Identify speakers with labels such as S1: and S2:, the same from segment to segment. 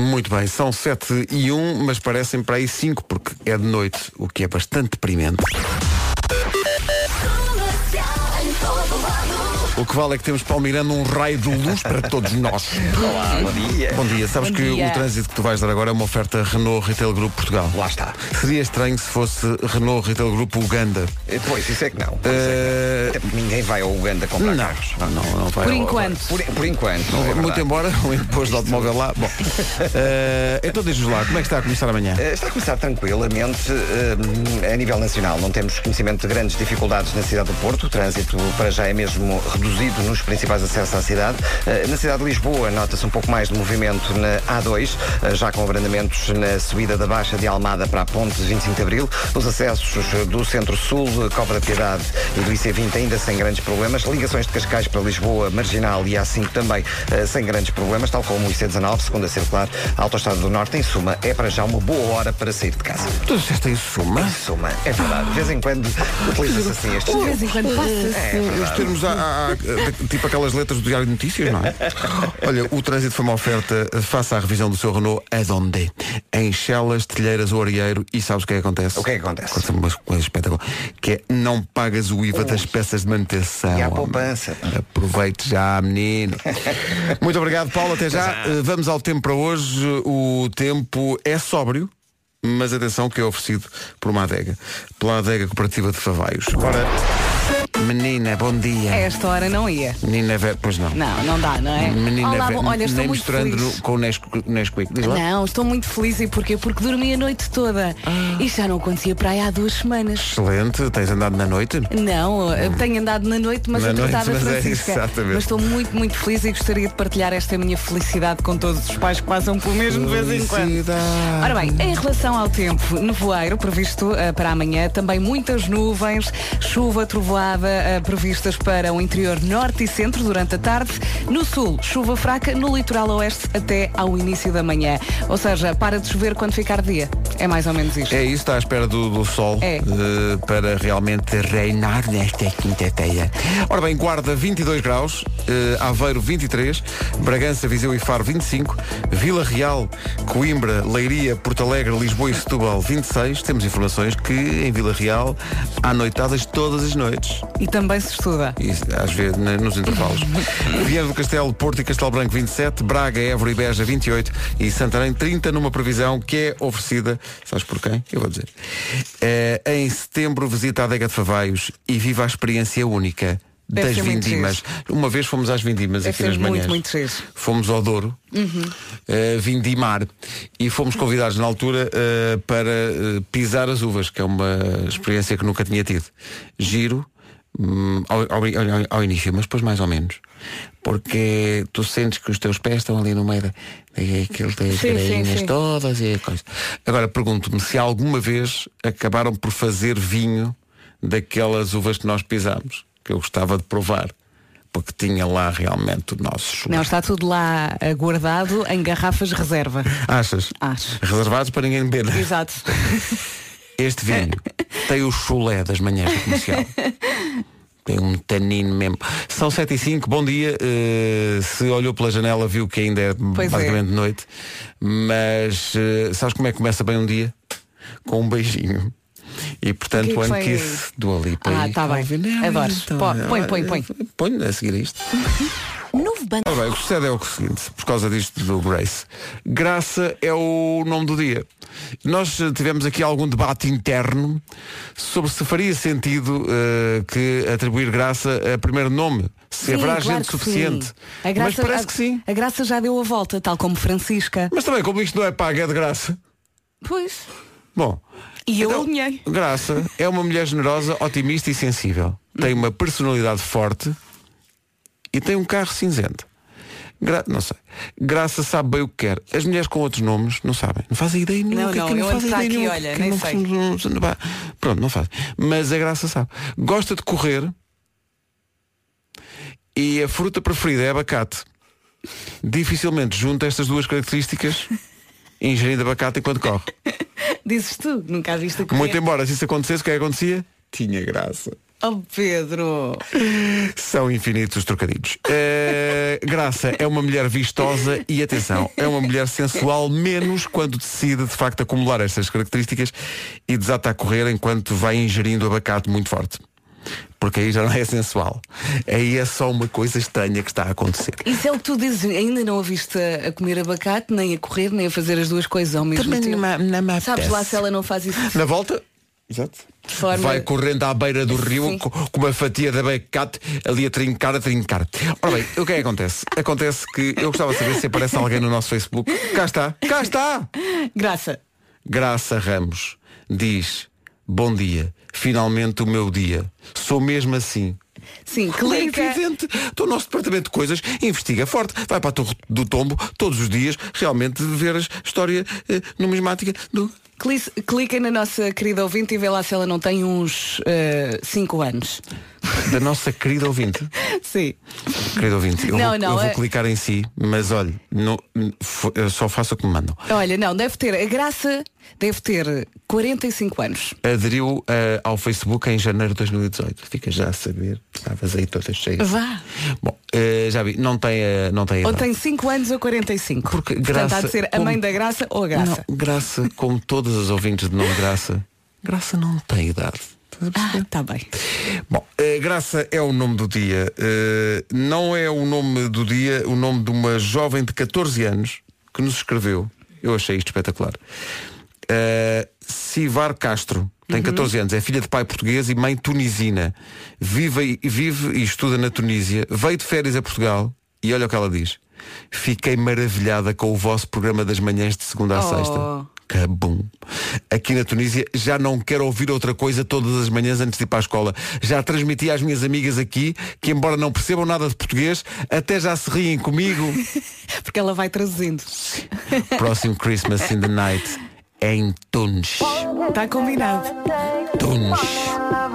S1: Muito bem, são 7 e 1, mas parecem para aí 5, porque é de noite, o que é bastante deprimente. O que vale é que temos para o Miranda um raio de luz para todos nós.
S2: Olá, bom dia.
S1: Bom dia, sabes
S3: Bom
S1: que
S3: dia.
S1: o trânsito que tu vais dar agora é uma oferta Renault Retail Group Portugal.
S2: Lá está.
S1: Seria estranho se fosse Renault Retail Group Uganda.
S2: Eh, Pois, isso é que não.
S1: Eh,
S2: Até porque ninguém vai ao Uganda comprar carros.
S1: não, não, não vai.
S3: Por
S1: ao-
S3: enquanto.
S2: Por, por enquanto. é verdade.
S1: Muito embora o imposto de automóvel lá. Bom, Eh, então diz-nos lá, como é que está a começar amanhã?
S2: Eh, Está a começar tranquilamente eh, a nível nacional. Não temos conhecimento de grandes dificuldades na cidade do Porto. O trânsito para já é mesmo reduzido nos principais acessos à cidade. Eh, Na cidade de Lisboa nota-se um pouco mais de movimento na A2, eh, já com abrandamentos na subida da Baixa de Almada para a Ponte de 25 de Abril. Os acessos do Centro-Sul, eh, Cova da Piedade e do IC20 ainda sem grandes problemas. Ligações de Cascais para Lisboa, Marginal e A5 também eh, sem grandes problemas, tal como o IC19, segunda circular, a Autostrada do Norte. Em suma, é para já uma boa hora para sair de casa.
S1: Tu disseste em suma?
S2: Em suma, é verdade. De vez em quando utiliza-se assim estes
S3: De vez em quando passa-se.
S2: É
S1: Os
S2: verdade.
S1: termos, há- há- há, eh, tipo aquelas letras do Diário de Notícias, não é? Olha, o trânsito foi uma oferta, eh, faça a revisão do seu Renault Adonde, em Chelas, Telheiras, Orieiro, e sabes o que é que acontece?
S2: O que é que acontece?
S1: Acontece uma coisa espetacular, que é não pagas o IVA das peças de manutenção.
S2: E há poupança.
S1: homem. Aproveite já, menino. Muito obrigado, Paulo, até já. Eh, Vamos ao tempo para hoje. O tempo é sóbrio. Mas atenção que é oferecido por uma adega, pela adega cooperativa de Favaios. Ora, menina, bom dia.
S3: A Esta hora não ia.
S1: Menina Vera, pois não.
S3: É. Não, não dá, não é?
S1: Menina
S3: Olá,
S1: Vera,
S3: bom, olha, estou
S1: nem
S3: muito
S1: misturando
S3: feliz.
S1: no- com o Nesqu- Nesquik. Diz lá.
S3: Não, estou muito feliz e porquê? Porque dormi a noite toda.
S1: Ah.
S3: E já não acontecia para aí há duas semanas.
S1: Excelente, tens andado na noite?
S3: Não, eu tenho andado na noite, mas
S1: Na
S3: a tratar
S1: noite,
S3: da
S1: mas é,
S3: Francisca.
S1: exatamente.
S3: mas estou muito, muito feliz e gostaria de partilhar esta minha felicidade com todos os pais que passam pelo mesmo de vez em quando.
S1: Felicidade.
S3: Ora bem, em relação ao tempo, nevoeiro previsto eh, para amanhã, também muitas nuvens, chuva trovoada eh, previstas para o interior norte e centro durante a tarde, no sul, chuva fraca, no litoral oeste até ao início da manhã. Ou seja, para de chover quando ficar dia. É mais ou menos isto.
S1: É isso, está à espera do, do sol
S3: É.
S1: eh, para realmente reinar nesta quinta-feira. Ora bem, Guarda 22 graus, eh, Aveiro 23, Bragança, Viseu e Faro 25, Vila Real, Coimbra, Leiria, Porto Alegre, Lisboa e Setúbal 26. Temos informações que em Vila Real há noitadas todas as noites.
S3: E também se estuda.
S1: Isso, às vezes na- nos intervalos. Viana do Castelo, Porto e Castelo Branco 27, Braga, Évora e Beja 28 e Santarém 30 numa previsão que é oferecida, sabes por quem? Eu vou dizer. Eh, em setembro visita a adega de Favaios e viva a experiência única
S3: Deve
S1: das
S3: ser muito
S1: vindimas. Uma vez fomos às vindimas
S3: Deve
S1: aqui
S3: ser
S1: nas manhãs.
S3: muito, muito giro.
S1: Fomos ao Douro,
S3: Uhum.
S1: eh, vindimar e fomos convidados na altura eh, para eh, pisar as uvas, que é uma experiência que nunca tinha tido. Giro hum, ao, ao- ao- ao início, mas depois mais ou menos. Porque tu sentes que os teus pés estão ali no meio da, é daquele, das
S3: Sim, sim,
S1: grainhas
S3: sim.
S1: todas e a coisa. Agora pergunto-me se alguma vez acabaram por fazer vinho daquelas uvas que nós pisámos, que eu gostava de provar. Porque tinha lá realmente o nosso churro.
S3: Não, está tudo lá eh, guardado em garrafas reserva.
S1: Achas?
S3: Acho.
S1: Reservados para ninguém beber. né?
S3: Exato.
S1: Este vinho tem o chulé das manhãs do comercial. Tem um tanino mesmo. São 7 e 5, bom dia. Eh, se olhou pela janela, viu que ainda é
S3: Pois é.
S1: basicamente noite. Mas eh, sabes como é que começa bem um dia? Com um beijinho. E portanto,
S3: O que é que
S1: One
S3: foi
S1: Kiss do Alipa.
S3: Ah,
S1: E-
S3: tá bem. Adoro. Pó- põe, põe, põe.
S1: Põe então, a seguir a isto.
S4: Novo banco.
S1: Ora bem, o que sucede é o seguinte, por causa disto do Grace. Graça é o nome do dia. Nós eh, tivemos aqui algum debate interno sobre se faria sentido eh, que atribuir graça a primeiro nome, se
S3: Sim,
S1: haverá
S3: claro
S1: É gente
S3: que sim.
S1: suficiente.
S3: A
S1: Mas
S3: graça-
S1: parece
S3: a-
S1: que sim.
S3: A graça já deu a volta, tal como Francisca.
S1: Mas também, como isto não é pago, é de graça.
S3: Pois.
S1: Bom.
S3: E eu
S1: Então,
S3: alinhei.
S1: Graça é uma mulher generosa, otimista e sensível. Tem uma personalidade forte e tem um carro cinzento. Gra- não sei. Graça sabe bem o que quer. As mulheres com outros nomes não sabem. Não fazem ideia nenhuma.
S3: Não,
S1: o que é
S3: não,
S1: que
S3: eu
S1: fazem ideia
S3: ando para aqui,
S1: nenhuma,
S3: olha,
S1: que
S3: nem
S1: não-
S3: sei.
S1: não- não- pá, Pronto, não faz. Mas a Graça sabe. Gosta de correr e a fruta preferida é abacate. Dificilmente junta estas duas características ingerindo abacate enquanto corre.
S3: Dizes tu, nunca a viste a correr.
S1: Muito embora se isso acontecesse, o que é que acontecia? Tinha graça.
S3: Oh, Pedro.
S1: São infinitos os trocadilhos. Eh, Graça é uma mulher vistosa e, atenção, é uma mulher sensual, menos quando decide, de facto, acumular estas características e desata a correr enquanto vai ingerindo abacate muito forte. Porque aí já não é sensual. Aí é só uma coisa estranha que está a acontecer.
S3: Isso é o que tu dizes. Ainda não a viste a, a comer abacate, nem a correr, nem a fazer as duas coisas ao mesmo tempo. Sabes lá se ela não faz isso
S1: Na volta. Exato.
S3: de forma.
S1: Vai correndo à beira do rio
S3: Sim.
S1: co- com uma fatia de abacate ali a trincar, a trincar. Ora bem, o que é que acontece? Acontece que eu gostava de saber se aparece alguém no nosso Facebook. Cá está, cá está!
S3: Graça.
S1: Graça Ramos diz, bom dia, finalmente o meu dia. Sou mesmo assim.
S3: Sim,
S1: É
S3: clica.
S1: evidente. Então o nosso departamento de coisas investiga forte. Vai para a Torre do Tombo todos os dias realmente ver a história eh, numismática do...
S3: Clis- Clica na nossa querida ouvinte e vê lá se ela não tem uns 5 anos.
S1: da nossa querida ouvinte.
S3: Sim.
S1: Querido ouvinte, eu,
S3: Não,
S1: vou,
S3: não,
S1: eu vou
S3: é-
S1: clicar em si, mas olhe, não- fo- eu só faço o que me mandam.
S3: Olha, não, deve ter. A Graça deve ter 45 anos.
S1: Aderiu eh, ao Facebook em janeiro de 2018. Fica já a saber, estavas aí toda cheia.
S3: Vá.
S1: Bom, eh, já vi, não tem, a- não tem a
S3: Ou
S1: idade.
S3: tem 5 anos ou 45.
S1: Porque
S3: Portanto, há
S1: Graça,
S3: de ser a
S1: como-
S3: mãe da Graça ou a Graça.
S1: Não, graça, como todas as ouvintes de nome Graça, Graça não tem idade. Estás a perceber?
S3: Ah, tá bem.
S1: Bom, eh, Graça é o nome do dia. Eh, não é o nome do dia, o nome de uma jovem de 14 anos que nos escreveu. Eu achei isto espetacular. Eh, Sivar Castro. Tem 14 anos, é filha de pai português e mãe tunisina. Vive, e- vive e estuda na Tunísia. Veio de férias a Portugal e olha o que ela diz. Fiquei maravilhada com o vosso programa das manhãs de segunda à
S3: Oh.
S1: sexta. Cabum. Aqui na Tunísia já não quero ouvir outra coisa todas as manhãs antes de ir para a escola. Já transmiti às minhas amigas aqui que, embora não percebam nada de português, até já se riem comigo.
S3: Porque ela vai traduzindo.
S1: Próximo Christmas in the Night é em Tunis.
S3: Está Tá combinado.
S1: Tunis.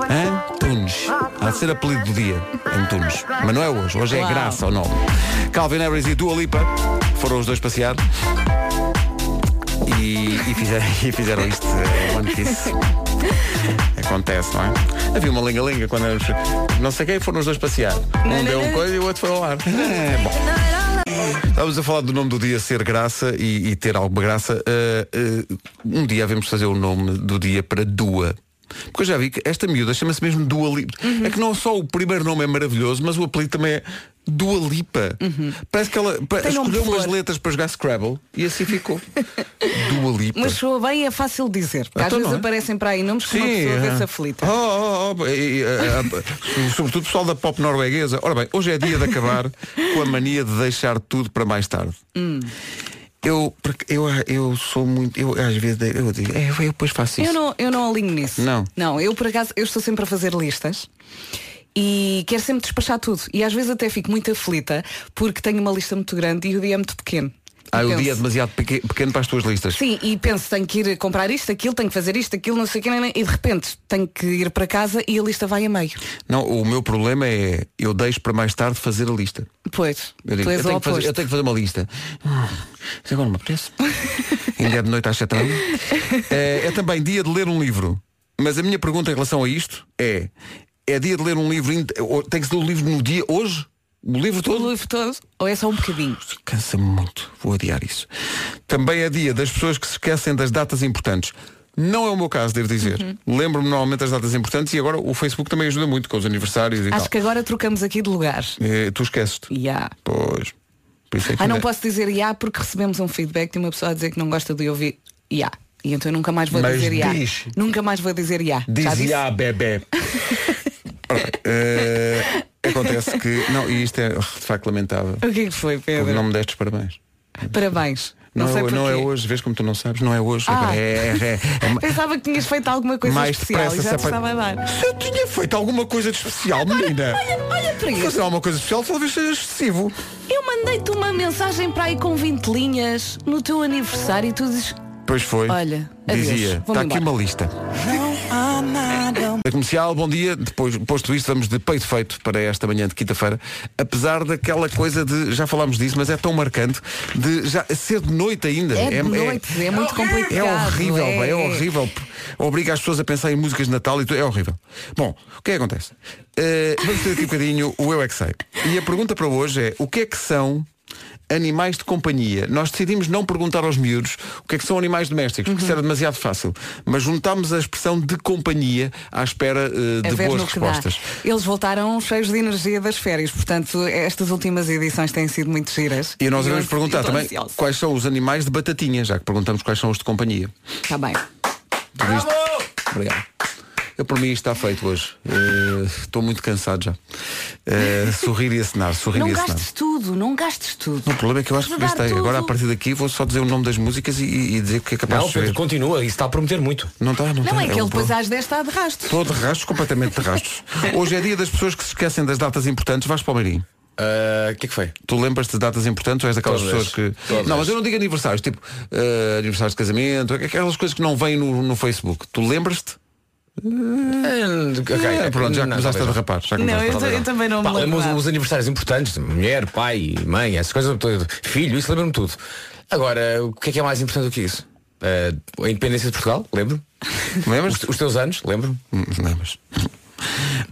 S1: Hã? Tunis. Há de ser apelido do dia em Tunis. Mas não é hoje. Hoje é
S3: Uau.
S1: graça ou não. Calvin Harris e Dua Lipa foram os dois passear. E, e fizeram, e fizeram isto. eh, One Kiss. Acontece, não é? Havia uma linga-linga quando éramos... Não sei quem foram os dois passear. Um deu uma coisa e o outro foi ao ar. É, bom. Estávamos a falar do nome do dia ser graça e, e ter alguma graça. Uh, uh, um dia havemos fazer o nome do dia para Dua. Porque eu já vi que esta miúda chama-se mesmo Dua Lipa.
S3: Uhum.
S1: É que não só o primeiro nome é maravilhoso, mas o apelido também é Dua Lipa. Parece que ela pa-
S3: Uhum. Tem nome de
S1: escolheu umas
S3: flor.
S1: letras para jogar Scrabble e assim ficou. Dua Lipa.
S3: Mas soa bem é fácil dizer. Porque às
S1: Então
S3: vezes
S1: não é?
S3: aparecem para aí nomes que uma pessoa vê-se
S1: é.
S3: aflita.
S1: Oh, oh, oh, e, e, a- a- sobretudo o pessoal da pop norueguesa. Ora bem, hoje é dia de acabar com a mania de deixar tudo para mais tarde.
S3: Hum.
S1: Eu, porque eu, ah, eu sou muito. Eu às vezes eu digo, é, eu depois faço isso.
S3: Eu não, eu não alinho nisso.
S1: Não.
S3: Não, eu por acaso eu estou sempre a fazer listas e quero sempre despachar tudo. E às vezes até fico muito aflita porque tenho uma lista muito grande e o dia é muito pequeno.
S1: Ah,
S3: E
S1: o
S3: penso,
S1: dia é demasiado peque- pequeno para as tuas listas.
S3: Sim, e penso, tenho que ir comprar isto, aquilo, tenho que fazer isto, aquilo, não sei o que, e de repente tenho que ir para casa e a lista vai a meio.
S1: Não, o meu problema é eu deixo para mais tarde fazer a lista.
S3: Pois,
S1: Eu, digo,
S3: tu
S1: eu,
S3: és o
S1: tenho que fazer, eu
S3: oposto. Ah.
S1: tenho que fazer uma lista. Hum, Mas agora não me apetece. Ainda é de noite às sete da manhã. Eh, É, também dia de ler um livro. Mas a minha pergunta em relação a isto é, é dia de ler um livro, inte- ou tem que se ler o livro no dia, hoje? O livro todo?
S3: O livro todo, ou é só um bocadinho?
S1: Cansa-me muito, vou adiar isso. Também é dia das pessoas que se esquecem das datas importantes. Não é o meu caso, devo dizer.
S3: Uhum.
S1: Lembro-me normalmente das datas importantes e agora o Facebook também ajuda muito com os aniversários e
S3: Acho
S1: tal.
S3: que agora trocamos aqui de lugar.
S1: Eh, tu esqueces-te.
S3: Yeah.
S1: Pois. Por isso é que
S3: Ah, não
S1: ainda-
S3: posso dizer IA porque recebemos um feedback de uma pessoa a dizer que não gosta de ouvir IA. E então eu nunca mais vou
S1: Mas
S3: dizer IA.
S1: diz.
S3: Nunca mais vou dizer IA. Já disse?
S1: Dizia a bebê. Ora bem, eh, acontece que. Não, e isto é de facto lamentável.
S3: O que é que foi,
S1: Porque
S3: Pedro?
S1: não me destes parabéns.
S3: Parabéns. Não,
S1: Não,
S3: sei
S1: é,
S3: porquê.
S1: não é hoje, vês como tu não sabes, não é hoje.
S3: Ah.
S1: É, é, é- é ma-
S3: Pensava que tinhas feito alguma coisa
S1: mais
S3: especial e
S1: depressa
S3: já te
S1: se
S3: estava a dar.
S1: Se eu tinha feito alguma coisa de especial, menina.
S3: Olha, olha para
S1: Fazer
S3: isso.
S1: alguma coisa especial talvez seja excessivo.
S3: Eu mandei-te uma mensagem para aí com 20 linhas no teu aniversário e tu dizes,
S1: Pois foi.
S3: Olha, adeus,
S1: Dizia, "Tá está
S3: vou-me
S1: aqui
S3: embora."
S1: uma lista. Comercial, bom dia. Depois, posto isto, vamos de peito feito para esta manhã de quinta-feira. Apesar daquela coisa de, já falámos disso, mas é tão marcante, de já ser de noite ainda.
S3: É de noite, é muito complicado,
S1: É horrível,
S3: é.
S1: pá, é horrível. Obriga as pessoas a pensar em músicas de Natal e tudo. É horrível. Bom, o que é que acontece? Eh, vamos ter aqui um bocadinho o Eu É Que Sei. E a pergunta para hoje é, o que é que são animais de companhia? Nós decidimos não perguntar aos miúdos o que é que são animais domésticos, porque isso
S3: Uhum.
S1: era demasiado fácil. Mas juntámos a expressão de companhia à espera eh,
S3: A
S1: de
S3: ver
S1: boas
S3: no que dá.
S1: respostas.
S3: Eles voltaram cheios de energia das férias, portanto, estas últimas edições têm sido muito giras.
S1: E nós iremos
S3: Eu-
S1: perguntar
S3: eu tô
S1: também
S3: ansiosa.
S1: quais são os animais de batatinha, já que perguntamos quais são os de companhia.
S3: Tá bem.
S1: Tudo isto- Obrigado. Eu por mim isto está feito hoje. Eh, Estou muito cansado já. Eh, sorrir e acenar, sorrir
S3: Não
S1: e acenar.
S3: gastes tudo, não gastes tudo.
S1: O problema é que eu acho que
S3: Jogar
S1: gastei.
S3: tudo.
S1: Agora a partir daqui vou só dizer o nome das músicas e, e dizer o que é capaz
S4: Não,
S1: de
S4: Pedro,
S1: ver.
S4: continua, isso está a prometer muito.
S1: Não está, não está.
S3: Não é que ele
S1: um
S3: depois
S1: pro-
S3: às 10 está de rastro.
S1: Estou de rastros, completamente de rastros. Hoje é dia das pessoas que se esquecem das datas importantes. Vais para o Palmeirinho.
S4: Ah, O que é que foi?
S1: Tu lembras-te de datas importantes ou és daquelas
S4: Todas.
S1: pessoas que.
S4: Todas.
S1: Não, mas eu não digo aniversários, tipo eh, aniversários de casamento, aquelas coisas que não vêm no, no Facebook. Tu lembras-te?
S4: Ok,
S1: Eh, pronto, já
S4: não,
S1: começaste a
S4: talvez
S1: derrapar. Já
S3: Não,
S1: começaste a
S3: eu,
S1: derrapar.
S3: eu também não me
S4: Pá, lembro
S3: lembro.
S4: os, os aniversários importantes, mulher, pai, mãe, essas coisas, tudo. filho, isso lembro-me tudo. Agora, o que é que é mais importante do que isso? Ah, a independência de Portugal, lembro-me.
S1: Lembras?
S4: Os, os teus anos, lembro-me.
S1: Hum, Não, mas...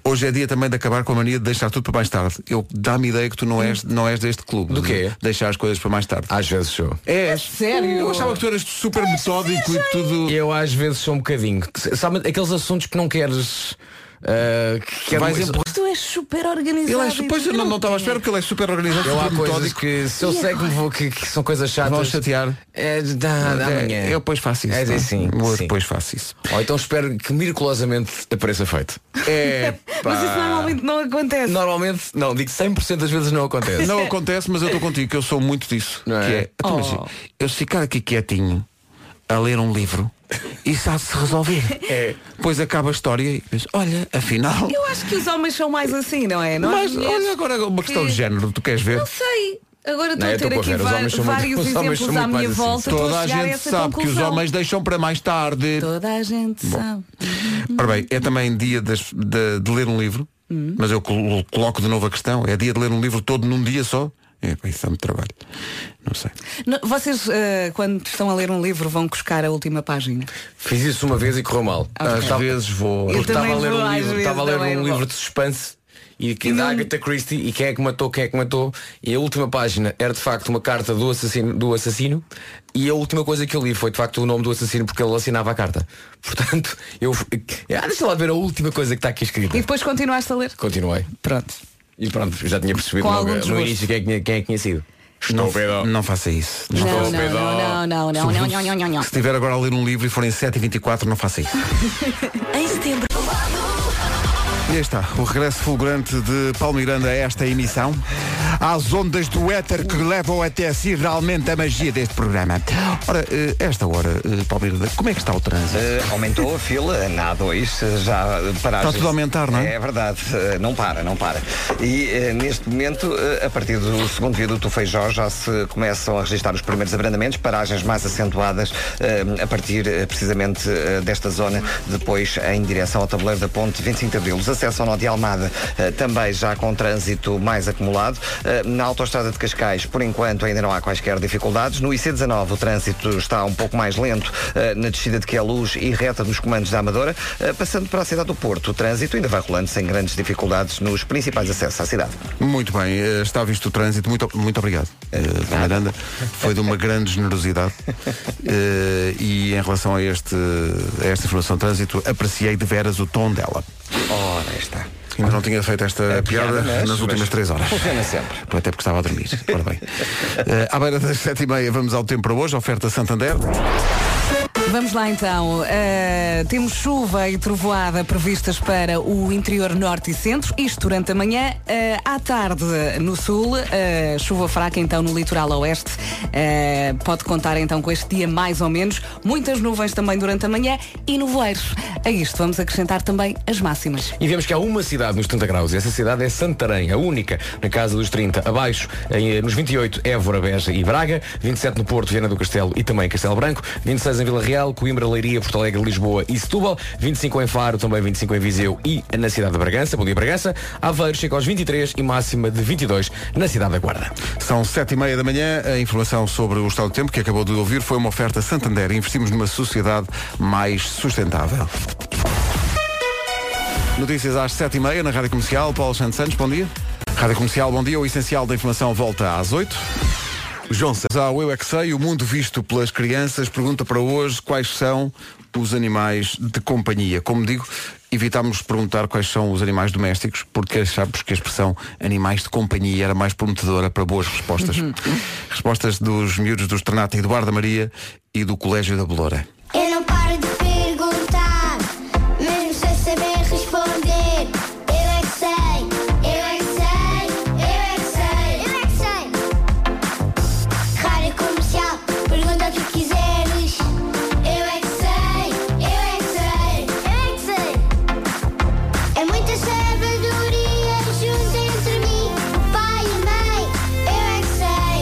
S1: Hoje é dia também de acabar com a mania de deixar tudo para mais tarde. Eu dá-me ideia que tu não és, não és deste clube.
S4: Do
S1: de
S4: quê? Ah.
S1: Deixar as coisas para mais tarde.
S4: Às vezes sou.
S1: és.
S3: sério?
S1: Eu achava que tu eras super metódico e que tudo.
S4: Eu às vezes sou um bocadinho. S- Sabe, aqueles assuntos que não queres. ah, que quer-
S1: Vais empurrar.
S3: Tu és super organizado.
S1: Ele é, pois eu não não estava à espera porque ele é super organizado,
S4: Eu há
S1: super
S4: coisas
S1: metódico. É,
S4: que se eu sei que, me vou, que, que são coisas chatas.
S1: Vão chatear.
S4: É da, da
S1: É,
S4: manhã.
S1: eu depois faço isso.
S4: É,
S1: não?
S4: sim,
S1: eu
S4: sim.
S1: depois faço isso.
S4: Ou então espero que miraculosamente apareça feito.
S1: É,
S3: Mas isso normalmente não acontece.
S4: Normalmente, não, digo 100% das vezes não acontece.
S1: Não acontece, mas eu estou contigo, que eu sou muito disso.
S4: Não é?
S1: que é, então, mas
S3: Oh.
S1: eu se ficar aqui quietinho a ler um livro, isso há de se resolver.
S4: É.
S1: Pois acaba a história e penso, olha, afinal.
S3: Eu acho que os homens são mais assim, não é? Nós
S1: Mas
S3: mulheres-
S1: olha agora uma questão de
S3: que-
S1: género, tu queres ver?
S3: Não sei. Agora estou
S4: Não,
S3: a
S4: eu estou
S3: ter
S4: com a
S3: aqui
S4: Vera, os
S3: va-
S4: homens são muito- os
S3: vários
S4: homens são
S3: exemplos à
S4: muito
S3: minha
S4: mais assim.
S3: volta. estou
S1: Toda a
S3: chegar
S1: gente
S3: essa
S1: sabe que os
S3: conclusão.
S1: homens deixam para mais tarde.
S3: Toda a gente sabe.
S1: Ora bem, é também dia das- de, de ler um livro,
S3: Hum.
S1: mas eu col- coloco de novo a questão, é dia de ler um livro todo num dia só? É, pá, isso dá muito trabalho. Não sei.
S3: Não, Vocês, eh, quando estão a ler um livro, vão buscar a última página.
S4: Fiz isso uma vez e correu mal. Ah,
S1: Às vezes vou.
S4: Porque
S3: Eu
S4: estava
S3: também
S4: a ler
S3: vou,
S4: um
S3: às
S4: livro,
S3: vezes
S4: estava a ler
S3: também
S4: um
S3: vou.
S4: livro de suspense e que da Agatha Christie e quem é que matou, quem é que matou. E a última página era de facto uma carta do assassino, do assassino e a última coisa que eu li foi de facto o nome do assassino porque ele assinava a carta. Portanto, eu ah, deixa lá ver a última coisa que está aqui escrita.
S3: E depois continuaste a ler?
S4: Continuei.
S3: Pronto.
S4: E pronto, eu já tinha percebido
S3: Com
S4: logo
S3: algum
S4: no
S3: desgosto.
S4: início quem é, que tinha- quem é que tinha sido.
S1: Não,
S4: Estúpido.
S1: não faça isso. Não
S3: Não,
S1: faça
S3: não, não, não, não, não, não, não, não, não, não.
S1: Se estiver agora a ler um livro e forem 7h24, não faça isso.
S5: Em setembro,
S1: E aí está, o regresso fulgurante de Paulo Miranda a esta emissão. Às ondas do éter que levam até si realmente a magia deste programa. Ora, eh, esta hora, eh, Paulo Miranda, como é que está o trânsito?
S2: Eh, aumentou a fila na A2, já eh, paragens.
S1: Está tudo a aumentar, não é?
S2: É verdade, eh, não para, não para. E eh, neste momento, eh, a partir do segundo viaduto do Feijó, já se começam a registrar os primeiros abrandamentos, paragens mais acentuadas eh, a partir eh, precisamente eh, desta zona, depois em direção ao tabuleiro da ponte 25 de Abril. Os acessos ao Nó de Almada eh, também já com trânsito mais acumulado. Eh, Na autoestrada de Cascais, por enquanto, ainda não há quaisquer dificuldades. No IC19, o trânsito está um pouco mais lento eh, na descida de Queluz e reta dos comandos da Amadora. Eh, Passando para a cidade do Porto, o trânsito ainda vai rolando sem grandes dificuldades nos principais acessos à cidade.
S1: Muito bem, eh, está visto o trânsito. Muito, muito obrigado, eh, Dona Miranda. Foi de uma grande generosidade. Eh, E em relação a, este, a esta informação de trânsito, apreciei de veras o tom dela.
S2: Ora, está.
S1: Ainda não tinha feito esta piada,
S2: É piada, mas-
S1: nas últimas
S2: mas
S1: três horas.
S2: funciona assim. sempre.
S1: Até porque estava a dormir. Ora bem. Eh, à beira das sete e meia vamos ao tempo para hoje, oferta Santander.
S3: Vamos lá então. Uh, temos chuva e trovoada previstas para o interior norte e centro, isto durante a manhã. Uh, à tarde no sul, uh, chuva fraca então no litoral oeste. Uh, pode contar então com este dia mais ou menos. Muitas nuvens também durante a manhã e nevoeiros. A isto vamos acrescentar também as máximas.
S4: E vemos que há uma cidade nos 30 graus e essa cidade é Santarém, a única na casa dos 30. Abaixo, em, eh, nos 28, Évora, Beja e Braga, 27 no Porto, Viana do Castelo e também Castelo Branco, 26 em Vila Real, Castelo, Coimbra, Leiria, Porto Alegre, Lisboa e Setúbal. 25 em Faro, também 25 em Viseu e na cidade de Bragança. Bom dia, Bragança. Aveiro chega aos 23 e máxima de 22 na cidade da Guarda.
S1: São sete e meia da manhã. A informação sobre o estado do tempo que acabou de ouvir foi uma oferta Santander. Investimos numa sociedade mais sustentável. Notícias às sete e meia na Rádio Comercial. Paulo Santos Santos, bom dia. Rádio Comercial, bom dia. O essencial da informação volta às oito. João Santos. Ao Eu É Que Sei, o mundo visto pelas crianças, pergunta para hoje quais são os animais de companhia. Como digo, evitámos perguntar quais são os animais domésticos, porque achámos que a expressão animais de companhia era mais prometedora para boas respostas. Respostas dos miúdos do Estrenato Eduardo da Maria e do Colégio da Beloura.
S5: Eu não paro de perguntar, mesmo sem saber responder. Eu é que sei, eu é que sei, eu é que sei, eu é que sei. Rádio comercial, pergunta o que quiseres. Eu é que sei, eu é que sei, eu é que sei. É muita sabedoria junto entre mim, o pai e a mãe. Eu é que sei,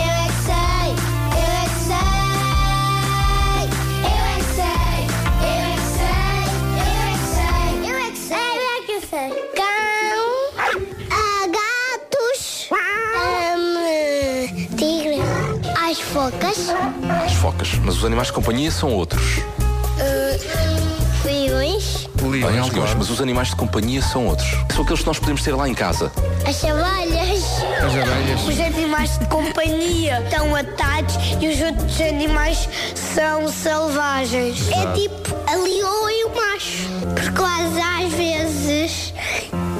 S5: eu é que sei, eu é que sei. Eu é que sei, eu é que sei, eu é que sei, eu é que sei, eu é que sei. Cão, a gatos, um, tigre, as focas, ah,
S6: As focas. Mas os animais de companhia são outros.
S5: leões,
S1: é
S6: Bem, aos leões, mas os animais de companhia são outros. São aqueles que nós podemos ter lá em casa.
S5: as chavalhas.
S1: As abelhas.
S7: Os animais de companhia estão atados e os outros animais são selvagens.
S5: É tipo a leoa e o macho. Porque quase às vezes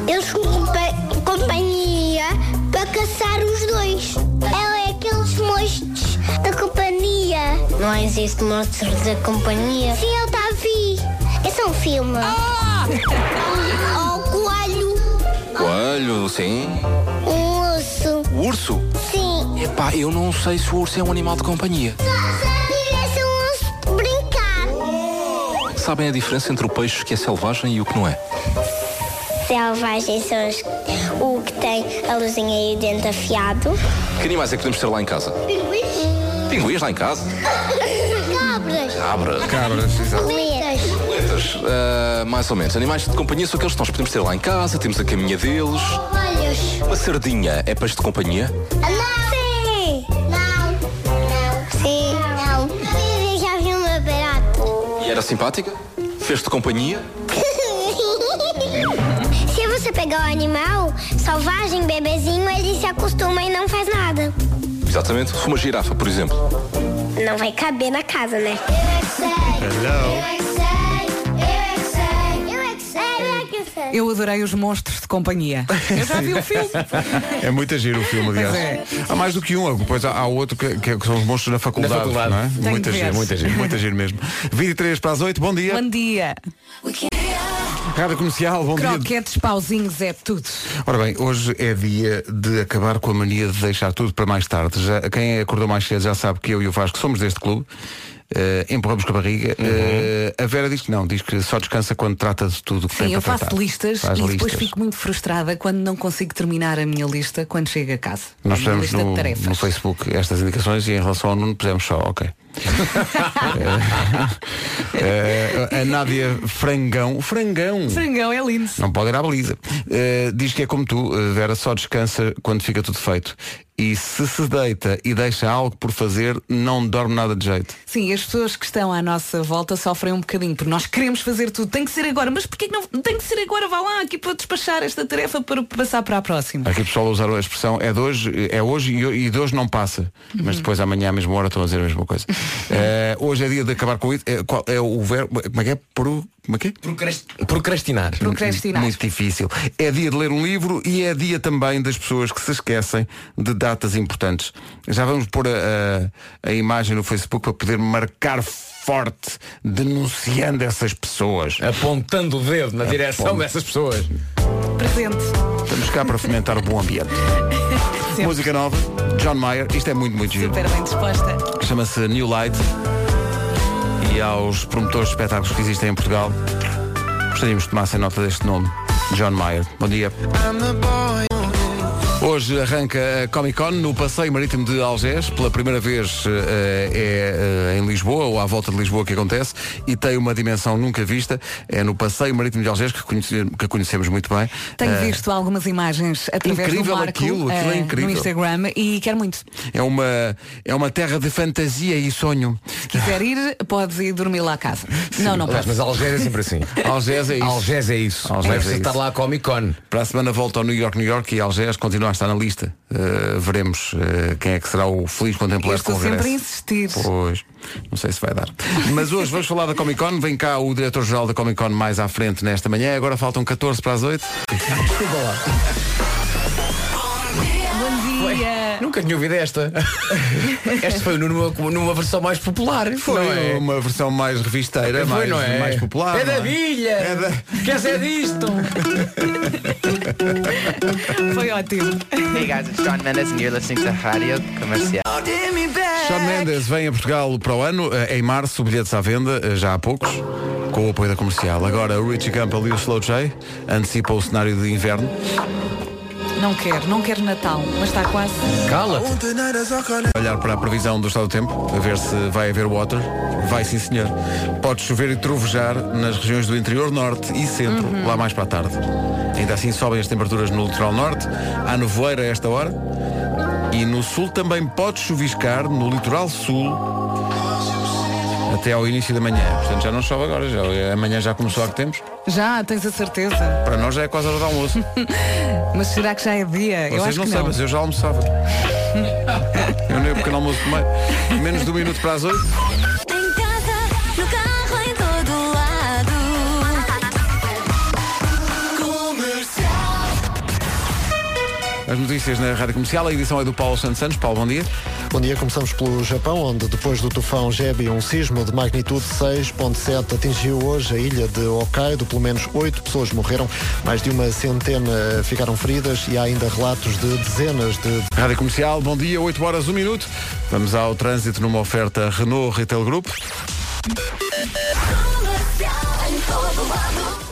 S5: eles com compa- companhia para caçar os dois. É aqueles monstros da companhia. Não existe monstros da companhia. Sim, eu já vi. Esse é um filme. Ah! o coelho,
S6: Coelho, sim.
S5: um osso.
S6: O urso.
S5: Sim.
S6: Epá, eu não sei se o urso é um animal de companhia.
S5: Tivesse um osso de brincar.
S6: Sabem a diferença entre o peixe que é selvagem e o que não é?
S5: Selvagens são os, o que tem a luzinha e o dente afiado.
S6: Que animais é que podemos ter lá em casa?
S5: Pinguins.
S6: Pinguins lá em casa?
S5: Cabras.
S6: Abra.
S1: Cabras, exato.
S5: Coletas.
S6: Letras. Ah, mais ou menos. Animais de companhia são aqueles que nós podemos ter lá em casa, temos a caminha deles.
S5: Olhos.
S6: Uma sardinha é peixe de companhia?
S5: Não. Sim. Não. Não. Sim. Não. Eu já vi um uma barata.
S6: E era simpática? Fez-te companhia?
S5: Se você pegar o animal selvagem, bebezinho, ele se acostuma e não faz nada.
S6: Exatamente. Se Uma girafa, por exemplo.
S5: Não vai caber na casa, né? Eu é que sei. Eu é que sei. Eu é que sei. Eu é que sei. Eu é que sei.
S3: Eu adorei os monstros de companhia. Eu já vi o filme.
S1: É muito giro o filme, aliás.
S3: é.
S1: Há mais do que um, depois há, há outro que, que é- que são os monstros na faculdade.
S4: faculdade.
S1: Não é?
S3: que
S1: Muito
S3: ver.
S1: giro, muito giro, muito giro mesmo. 23 para as 8, bom dia.
S3: Bom dia.
S1: Rádio Comercial, bom dia.
S3: Croquetes, pauzinhos, é tudo.
S1: Ora bem, hoje é dia de acabar com a mania de deixar tudo para mais tarde. Já, quem acordou mais cedo já sabe que eu e o Vasco somos deste clube. Eh, empurramos com a barriga.
S3: Uhum.
S1: Eh, a Vera diz que não, diz que só descansa quando trata de tudo que
S3: Sim,
S1: tem
S3: eu
S1: É para
S3: faço
S1: tratar.
S3: listas
S1: Faz
S3: e depois
S1: listas.
S3: fico muito frustrada quando não consigo terminar a minha lista quando chego a casa.
S1: Nós
S3: a
S1: fizemos
S3: minha lista de
S1: no,
S3: tarefas.
S1: no Facebook estas indicações e em relação ao Nuno pusemos só, ok. Eh, eh, a Nádia Frangão. Frangão!
S3: Frangão é lindo.
S1: Não pode ir à baliza. Eh, diz que é como tu, eh, Vera, só descansa quando fica tudo feito. E se se deita e deixa algo por fazer, não dorme nada de jeito.
S3: Sim, as pessoas que estão à nossa volta sofrem um bocadinho, porque nós queremos fazer tudo, tem que ser agora, mas porquê que não tem que ser agora? Vá lá aqui para despachar esta tarefa para passar para a próxima.
S1: Aqui o pessoal usa a expressão é de hoje, é hoje e ho- e de hoje não passa. Mas depois amanhã à mesma hora estão a dizer a mesma coisa. Eh, hoje é dia de acabar com isso. É, qual- é o verbo. Como é que é? Pro, como é que é?
S4: Procrastinar.
S3: Procrastinar.
S1: Muito difícil. É dia de ler um livro e é dia também das pessoas que se esquecem de datas importantes. Já vamos pôr a, a- a imagem no Facebook para poder marcar forte denunciando essas pessoas.
S4: Apontando o dedo
S1: É,
S4: na direção
S1: Aponto.
S4: dessas pessoas.
S3: Presente.
S1: Estamos cá para fomentar o bom ambiente.
S3: Sempre.
S1: Música nova, John Mayer. Isto é muito, muito giro.
S3: Super bem disposta.
S1: Chama-se New Light. E aos promotores de espetáculos que existem em Portugal, gostaríamos que tomassem nota deste nome. John Mayer. Bom dia. Hoje arranca a Comic Con no Passeio Marítimo de Algés. Pela primeira vez eh, é eh, em Lisboa, ou à volta de Lisboa que acontece, e tem uma dimensão nunca vista. É no Passeio Marítimo de Algés, que, conhece- que conhecemos muito bem.
S3: Tenho
S1: Eh,
S3: visto algumas imagens através
S1: incrível
S3: do Marco
S1: aquilo, aquilo é
S3: eh,
S1: incrível.
S3: no Instagram e quero muito. Se
S1: É uma, é uma terra de fantasia e sonho.
S3: quiser ir, podes ir dormir lá a casa. Não, não
S4: Mas,
S3: podes.
S4: mas Algés é sempre assim.
S1: Algés é isso.
S4: Algés é isso.
S1: Algés
S4: Vai
S1: é
S4: precisar
S1: isso.
S4: estar lá a Comic Con.
S1: Para a semana volta ao New York, New York e Algés continua a estar na lista. Eh, veremos eh, quem é que será o feliz
S3: Eu
S1: contemplado com
S3: estou
S1: o
S3: sempre a
S1: regresso.
S3: insistir.
S1: Pois, não sei se vai dar. Mas hoje vamos falar da Comic Con. Vem cá o diretor-geral da Comic Con mais à frente nesta manhã. Agora faltam 14 para as 8.
S3: Bom dia.
S4: Nunca tinha ouvido esta. esta foi numa, numa versão mais popular. não é?
S1: uma versão mais revisteira, mais, mais popular.
S4: É da
S1: não é?
S4: bilha!
S1: É da-
S4: Quer dizer disto?
S3: Foi ótimo.
S8: Hey guys, it's John Mendes and you're listening to Radio Comercial.
S1: Sean Mendes vem a Portugal para o ano, eh, em março, bilhetes à venda, eh, já há poucos, com o apoio da comercial. Agora o Richie Campbell e o Slow J antecipam o cenário de inverno.
S3: Não quero, não quero Natal, mas está quase.
S4: Cala-te!
S1: Olhar para a previsão do estado do tempo, a ver se vai haver water. Vai sim, senhor. Pode chover e trovejar nas regiões do interior norte e centro,
S3: Uhum.
S1: lá mais para a tarde. Ainda assim sobem as temperaturas no litoral norte, há nevoeira a esta hora. E no sul também pode chuviscar, no litoral sul, até ao início da manhã. Portanto, já não chove agora, já, amanhã já começou há que tempos.
S3: Já, tens a certeza.
S1: Para nós já é quase hora do almoço.
S3: Mas será que já é dia? eu
S1: Vocês
S3: acho
S1: não
S3: que
S1: sabem,
S3: não.
S1: mas eu já almoçava. eu nem o pequeno almoço tomei. Menos de um minuto para as oito.
S5: Em casa, no carro, em todo lado. Comercial.
S1: As notícias na Rádio Comercial, a edição é do Paulo Santos Santos. Paulo, bom dia.
S9: Bom dia, começamos pelo Japão, onde depois do tufão Jebi, um sismo de magnitude 6.7 atingiu hoje a ilha de Hokkaido. Pelo menos oito pessoas morreram, mais de uma centena ficaram feridas e há ainda relatos de dezenas de
S1: Rádio Comercial, bom dia, 8 horas, 1 minuto. Vamos ao trânsito numa oferta Renault Retail Group.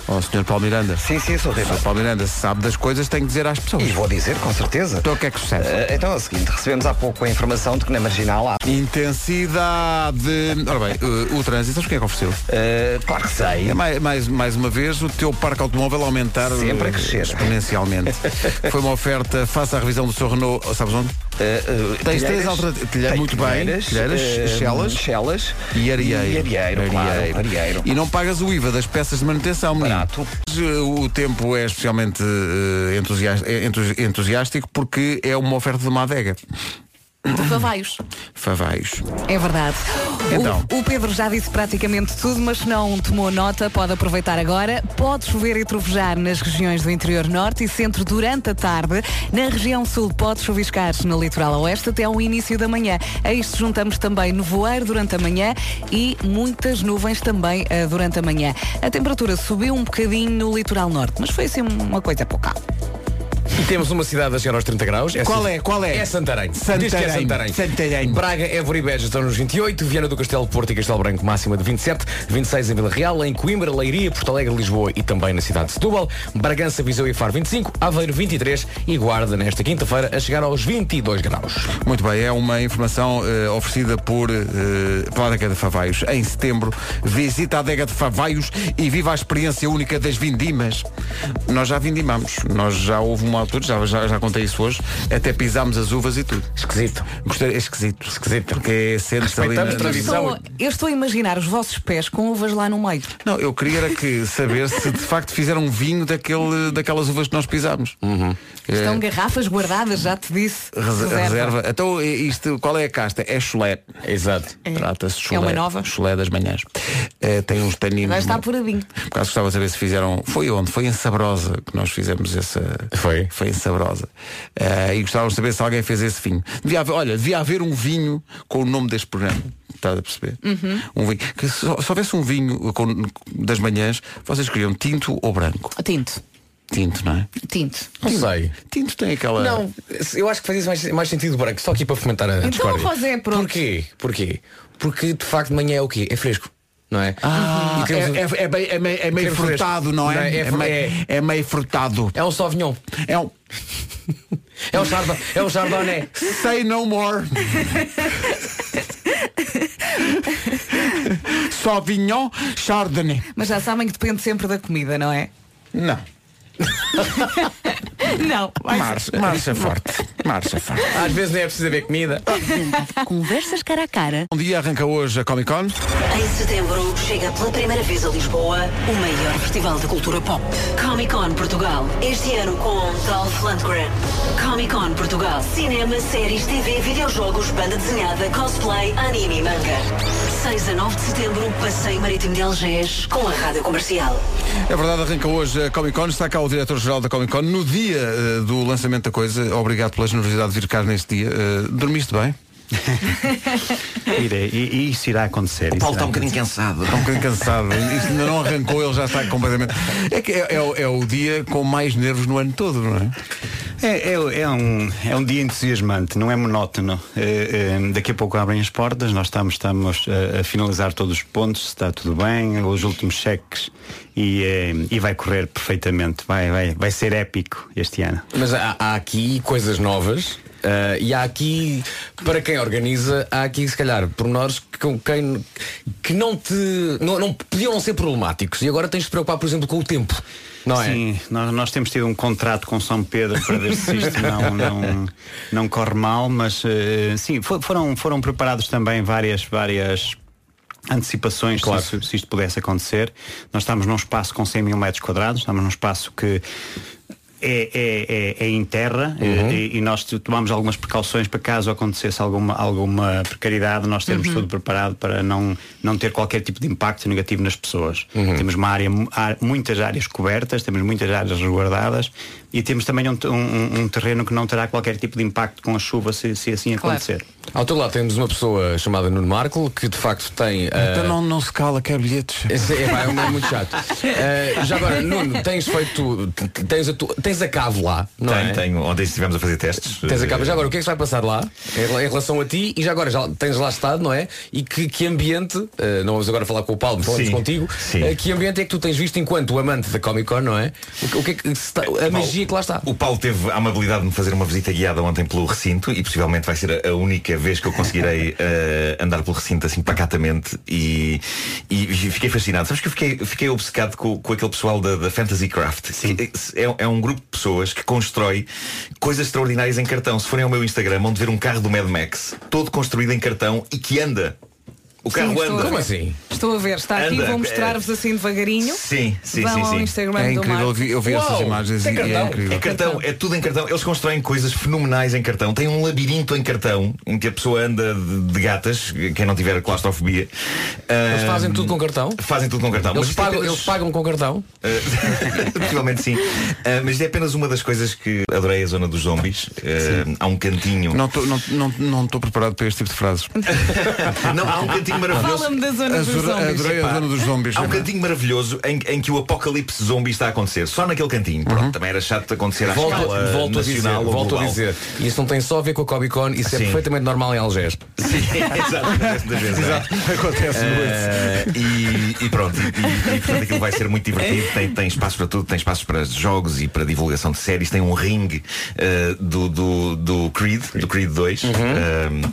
S1: Ó, Sr. Paulo Miranda.
S2: Sim, sim, sou Riva.
S1: Paulo Miranda, se sabe das coisas, tem que dizer às pessoas.
S2: E vou dizer, com certeza.
S1: Então o que é que sucede?
S2: Eh, Então é o seguinte, recebemos há pouco a informação de que na Marginal há...
S1: Intensidade. Ora bem, eh, o trânsito, sabes quem é que ofereceu?
S2: Eh, claro que sei.
S1: É mais, mais, mais uma vez o teu parque automóvel a aumentar
S2: Sempre a
S1: eh,
S2: crescer.
S1: exponencialmente. Foi uma oferta, faça a revisão do seu Renault, sabes onde?
S2: Eh, eh,
S1: Tens
S2: Telheiras.
S1: três alternativas. Telheiro,
S2: Tem
S1: muito bem.
S2: Telheiras,
S1: Telheiras,
S2: eh,
S1: Chelas.
S2: Chelas
S1: E areeiro.
S2: E Arieiro, claro, Arieiro.
S1: E não pagas o IVA das peças de manutenção, menino.
S2: Barato.
S1: Mas, eh, O tempo é especialmente eh, entusias- eh, entus- entusiástico porque é uma oferta de uma adega.
S3: Favaios.
S1: Favaios.
S3: É verdade.
S1: Então.
S3: O, o Pedro já disse praticamente tudo, mas se não tomou nota, pode aproveitar agora. Pode chover e trovejar nas regiões do interior norte e centro durante a tarde. Na região sul pode chuviscar no litoral oeste até ao início da manhã. A isto juntamos também nevoeiro durante a manhã e muitas nuvens também ah, durante a manhã. A temperatura subiu um bocadinho no litoral norte, mas foi assim uma coisa pouca.
S4: E temos uma cidade a chegar aos 30 graus.
S1: Qual é? Qual é?
S4: É Santarém.
S1: Santarém.
S4: Diz que é Santarém.
S1: Santarém.
S4: Braga, Évora e Beja estão nos 28, Viana do Castelo, Porto e Castelo Branco máxima de 27, 26 em Vila Real, em Coimbra, Leiria, Porto Alegre, Lisboa e também na cidade de Setúbal, Bragança, Viseu e Faro 25, Aveiro 23 e Guarda nesta quinta-feira a chegar aos 22 graus.
S1: Muito bem, é uma informação eh, oferecida por, eh, pela Adega de Favaios. Em setembro, visita a Adega de Favaios e viva a experiência única das vindimas. Nós já vindimamos, nós já houve uma altura, já, já, já contei isso hoje, até pisámos as uvas e tudo.
S4: Esquisito.
S1: Gostei, é esquisito.
S4: Esquisito.
S1: Porque sente-se ali na,
S4: Respeitamos
S1: na-
S4: tradição.
S3: Estou- eu estou a imaginar os vossos pés com uvas lá no meio.
S1: Não, eu queria era que saber se de facto fizeram um vinho daquele, daquelas uvas que nós pisámos.
S4: Uhum.
S1: Eh,
S3: Estão garrafas guardadas, já te disse.
S1: Reserva. Então, isto, qual é a casta? É chulé.
S4: Exato.
S1: Trata-se de
S3: É uma
S1: chulé.
S3: nova?
S1: Chulé das manhãs. Eh, tem uns taninos.
S3: Agora está apuradinho.
S1: Por acaso gostava de saber se fizeram. Foi onde? Foi em Sabrosa que nós fizemos essa.
S4: Foi?
S1: Foi em Sabrosa. Eh, e gostávamos de saber se alguém fez esse vinho. Devia haver, olha, devia haver um vinho com o nome deste programa. Estás a perceber?
S3: Uhum.
S1: Um vinho. Que só, se houvesse um vinho com- das manhãs, vocês queriam tinto ou branco?
S3: Oh, Tinto.
S1: Tinto, não é?
S3: Tinto.
S4: Não sei.
S1: Tinto tem aquela.
S4: Não, eu acho que fazia mais, mais sentido branco, só aqui para fomentar a
S3: Então,
S4: discórdia.
S3: Rosé, pronto.
S4: Porquê? Porquê? Porque de facto de manhã é o quê? É fresco. não é?
S1: Ah,
S4: E
S1: é,
S4: queremos-
S1: é- é bem- é meio, é meio
S4: Queremos
S1: frutado,
S4: este.
S1: não é?
S4: Não, é-
S1: meio, é meio frutado.
S4: É um Sauvignon.
S1: É um
S4: É um Chardonnay. É um Chardonnay.
S1: Say no more. Sauvignon Chardonnay.
S3: Mas já sabem que depende sempre da comida, não é?
S1: Não.
S3: Não. vai ser.
S1: Marcha, marcha é forte. Marcha forte.
S4: Às vezes nem é preciso haver comida.
S10: Conversas cara a cara.
S1: Bom dia, arranca hoje a Comic Con.
S10: Em setembro chega pela primeira vez a Lisboa o maior festival de cultura pop. Comic Con Portugal. Este ano com Dolph Lundgren. Comic Con Portugal. Cinema, séries, TV, videojogos, banda desenhada, cosplay, anime e manga. 6 a 9 de setembro, passeio marítimo de Algés com a rádio comercial.
S1: É verdade, arranca hoje a Comic Con. Está cá o diretor-geral da Comic Con no dia eh, do lançamento da coisa. Obrigado pela generosidade de vir cá neste dia. Eh, dormiste bem?
S11: Irei, e, e isso irá acontecer.
S2: O Paulo está um
S11: isso irá
S2: bocadinho cansado.
S1: Está um bocadinho cansado. Isto ainda não arrancou, ele já está completamente. É que é, é o- é o dia com mais nervos no ano todo, não é?
S11: É, é- é um, é um dia entusiasmante, não é monótono. Eh, eh, daqui a pouco abrem as portas, nós estamos, estamos eh, a, a finalizar todos os pontos, se está tudo bem, os últimos cheques e, eh, e vai correr perfeitamente. Vai, vai, vai ser épico este ano.
S4: Mas há, há aqui coisas novas. ah, e há aqui, para quem organiza, há aqui se calhar pormenores que, com quem, que não te. Não, não podiam ser problemáticos. E agora tens de te preocupar, por exemplo, com o tempo. Não é?
S11: Sim, nós, nós temos tido um contrato com São Pedro para ver se isto não, não, não corre mal, mas eh, sim, fo- foram, foram preparados também várias, várias antecipações se isso- se, isto pudesse acontecer. Nós estamos num espaço com 100 mil metros quadrados, estamos num espaço que é, é, é, é em terra
S4: Uhum.
S11: eh, e, e nós t- tomamos algumas precauções para caso acontecesse alguma, alguma precariedade, nós termos
S4: Uhum.
S11: tudo preparado para não, não ter qualquer tipo de impacto negativo nas pessoas.
S4: Uhum.
S11: Temos uma área, mu- á- muitas áreas cobertas, temos muitas áreas resguardadas e temos também um, te- um- um- um terreno que não terá qualquer tipo de impacto com a chuva se, se assim
S3: Claro.
S11: acontecer.
S4: Ao teu lado temos uma pessoa chamada Nuno Marco, que de facto tem. ah,
S1: Então não, não se cala, quer bilhetes.
S4: Esse é, pá, é um nome muito chato. Ah, já agora, Nuno, tens feito. tu- Tens a, tu- tens a cave lá, não
S12: Tenho,
S4: é?
S12: tenho. Ontem estivemos a fazer testes.
S4: Tens a cave.
S12: Eh,
S4: Já agora, o que é que se vai passar lá em rela- em relação a ti? E já agora, já tens lá estado, não é? E que, que ambiente, ah, não vamos agora falar com o Paulo, mas falamos
S12: Sim,
S4: contigo,
S12: sim.
S4: ah, que ambiente é que tu tens visto enquanto amante da Comic Con, não é? O, que- o que é que se está- a magia que lá está?
S12: O Paulo teve a amabilidade de me fazer uma visita guiada ontem pelo recinto e possivelmente vai ser a- a única vez que eu conseguirei eh, andar pelo recinto assim pacatamente e, e fiquei fascinado. Sabes que eu fiquei, fiquei obcecado com, com aquele pessoal da, da Fantasy Craft. É, é um grupo de pessoas que constrói coisas extraordinárias em cartão. Se forem ao meu Instagram, vão de ver um carro do Mad Max todo construído em cartão e que anda. O carro
S3: estou
S12: anda.
S3: a ver.
S4: Como assim?
S3: Estou a ver, está aqui,
S12: Anda, é.
S3: vou mostrar-vos assim devagarinho.
S12: Sim, sim,
S3: Vão
S12: sim,
S3: ao
S12: sim.
S3: Instagram
S1: É
S3: do
S1: incrível, eu
S3: Marco.
S1: vi, eu vi essas
S4: Uau,
S1: imagens e
S4: tem
S1: é
S4: cartão.
S1: incrível.
S12: É cartão, é tudo em cartão. Eles constroem coisas fenomenais em cartão. Tem um labirinto em cartão em que a pessoa anda de, de gatas, quem não tiver claustrofobia.
S4: Eles
S12: Ah,
S4: fazem tudo com cartão?
S12: Fazem tudo com cartão.
S4: Eles
S12: Mas isto é
S4: pagam,
S12: apenas-
S4: eles pagam com cartão?
S12: ah, Possivelmente sim. Ah, mas é apenas uma das coisas que adorei a zona dos zombies. Ah, há um cantinho.
S1: Não estou não, não, não estou preparado para este tipo de frases.
S12: Não, há um cantinho maravilhoso.
S3: Fala-me da zona dos
S1: Azura-
S3: zombies.
S1: Adorei a zona dos zombies.
S12: Há
S4: é?
S12: um cantinho maravilhoso em, em que o apocalipse zombie está a acontecer. Só naquele cantinho. Pronto, também era chato de acontecer
S4: Uhum.
S12: à
S4: Volto,
S12: escala
S4: volto a dizer,
S12: nacional ou
S4: volto a
S12: global. Assim.
S4: dizer. Isso não tem só a ver com a Comic Con, isso é
S12: Sim.
S4: perfeitamente normal em Algés.
S12: Sim, exato, acontece muitas vezes, não é?
S1: Acontece muito.
S12: Eh, e, e pronto, e, e, e, portanto aquilo vai ser muito divertido, tem, tem espaço para tudo, tem espaço para jogos e para divulgação de séries, tem um ringue eh, do, do, do Creed, do Creed 2,
S11: Uhum.
S12: eh,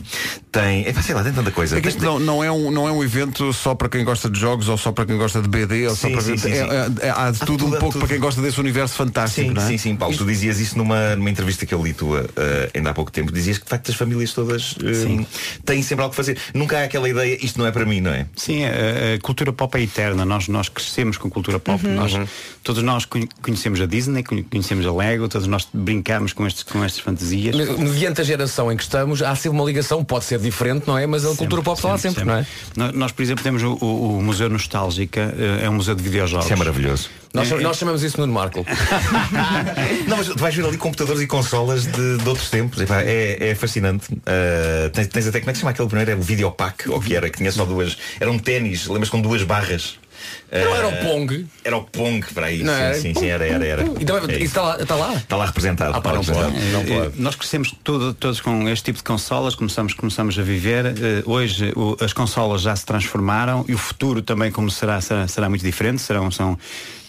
S12: tem, é sei lá, tem tanta coisa.
S1: É que isto não, não é um, não é um evento só para quem gosta de jogos ou só para quem gosta de BD ou só
S12: Sim,
S1: para
S12: sim, sim,
S1: é-
S12: sim.
S1: é- é- há de tudo um
S12: tudo, há
S1: pouco
S12: tudo.
S1: para quem gosta desse universo fantástico,
S12: Sim,
S1: não é?
S12: sim, sim, Paulo, tu dizias isso numa, numa entrevista que eu li tua eh, ainda há pouco tempo. Dizias que de facto as famílias todas eh, têm sempre algo que fazer. Nunca há aquela ideia, isto não é para mim, não é?
S11: Sim, a, a cultura pop é eterna. Nós, nós crescemos com cultura pop. Nós, Todos nós conhe- conhecemos a Disney, conhe- conhecemos a Lego, todos nós brincamos com, estes, com estas fantasias.
S4: Me- Mediante a geração em que estamos, há sempre uma ligação, pode ser diferente, não é? Mas a cultura pop está lá sempre, não é?
S11: Nó- Nós, por exemplo, temos o, o- o Museu Nostálgica, eh, é um museu de videojogos.
S12: Isso é maravilhoso.
S4: Nós, nós chamamos isso Nuno Marco.
S12: Não, mas tu vais ver ali computadores e consolas de, de outros tempos. Epá, É, é fascinante. Ah, tens, É tens até como é que se chama aquele primeiro? Era o Videopack, ou que era, que tinha só duas. Era um ténis, lembras com duas barras. Não era o Pong? Era o Pong para aí.
S4: Não
S12: sim,
S4: era?
S12: sim, sim, era, era, era.
S4: Então,
S12: É
S4: isso está lá? Está lá?
S12: Está lá representado.
S11: Ah, pá,
S12: está
S11: não
S12: lá
S11: pode.
S12: representado.
S11: Eh, eh, Nós crescemos todo- todos com este tipo de consolas, começamos, começamos a viver. Eh, hoje o- as consolas já se transformaram e o futuro também como será, será, será muito diferente, serão, são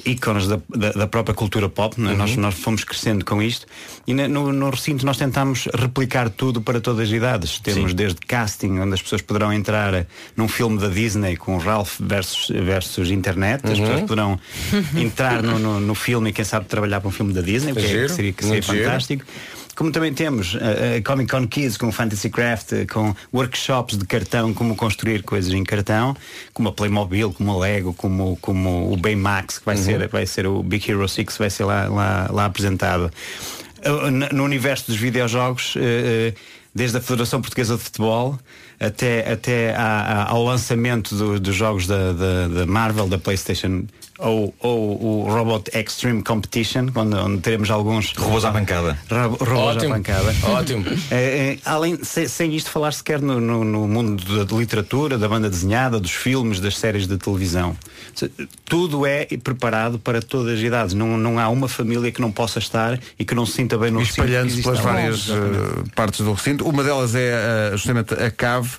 S11: ícones da, da- da própria cultura pop. não é?
S13: Uhum.
S11: Nós, nós fomos crescendo com isto e na- no, no recinto nós tentamos replicar tudo para todas as idades. Temos desde casting, onde as pessoas poderão entrar eh, num filme da Disney com Ralph versus, versus internet,
S4: é
S11: as
S13: Uhum.
S11: pessoas poderão entrar no, no, no filme e quem sabe trabalhar para um filme da Disney, o que, é-
S13: Giro,
S11: que seria, que seria
S13: muito giro.
S11: fantástico. Como também temos eh, eh, Comic Con Kids com Fantasy Craft, eh, com workshops de cartão, como construir coisas em cartão, como a Playmobil, como a Lego, como, como o Baymax, que vai,
S13: Uhum.
S11: ser, vai ser o Big Hero 6, vai ser lá, lá, lá apresentado. Eh, no- No universo dos videojogos, eh, eh, desde a Federação Portuguesa de Futebol até, até à- à- ao lançamento do- dos jogos da, da- da Marvel, da PlayStation, ou, ou o Robot Extreme Competition, onde, onde teremos alguns.
S12: Robôs à bancada.
S11: Ro- robôs
S12: Ótimo.
S11: à bancada.
S12: Ótimo.
S11: Eh, eh, além, sem, sem isto falar sequer no, no- no mundo da- da literatura, da banda desenhada, dos filmes, das séries de televisão. Se- Tudo é preparado para todas as idades. Não, não há uma família que não possa estar e que não se sinta bem no
S1: E
S11: recinto que
S1: espalhando-se
S11: existe
S1: pelas
S11: há
S1: várias
S11: anos.
S1: eh, partes do recinto. Uma delas é eh, justamente a cave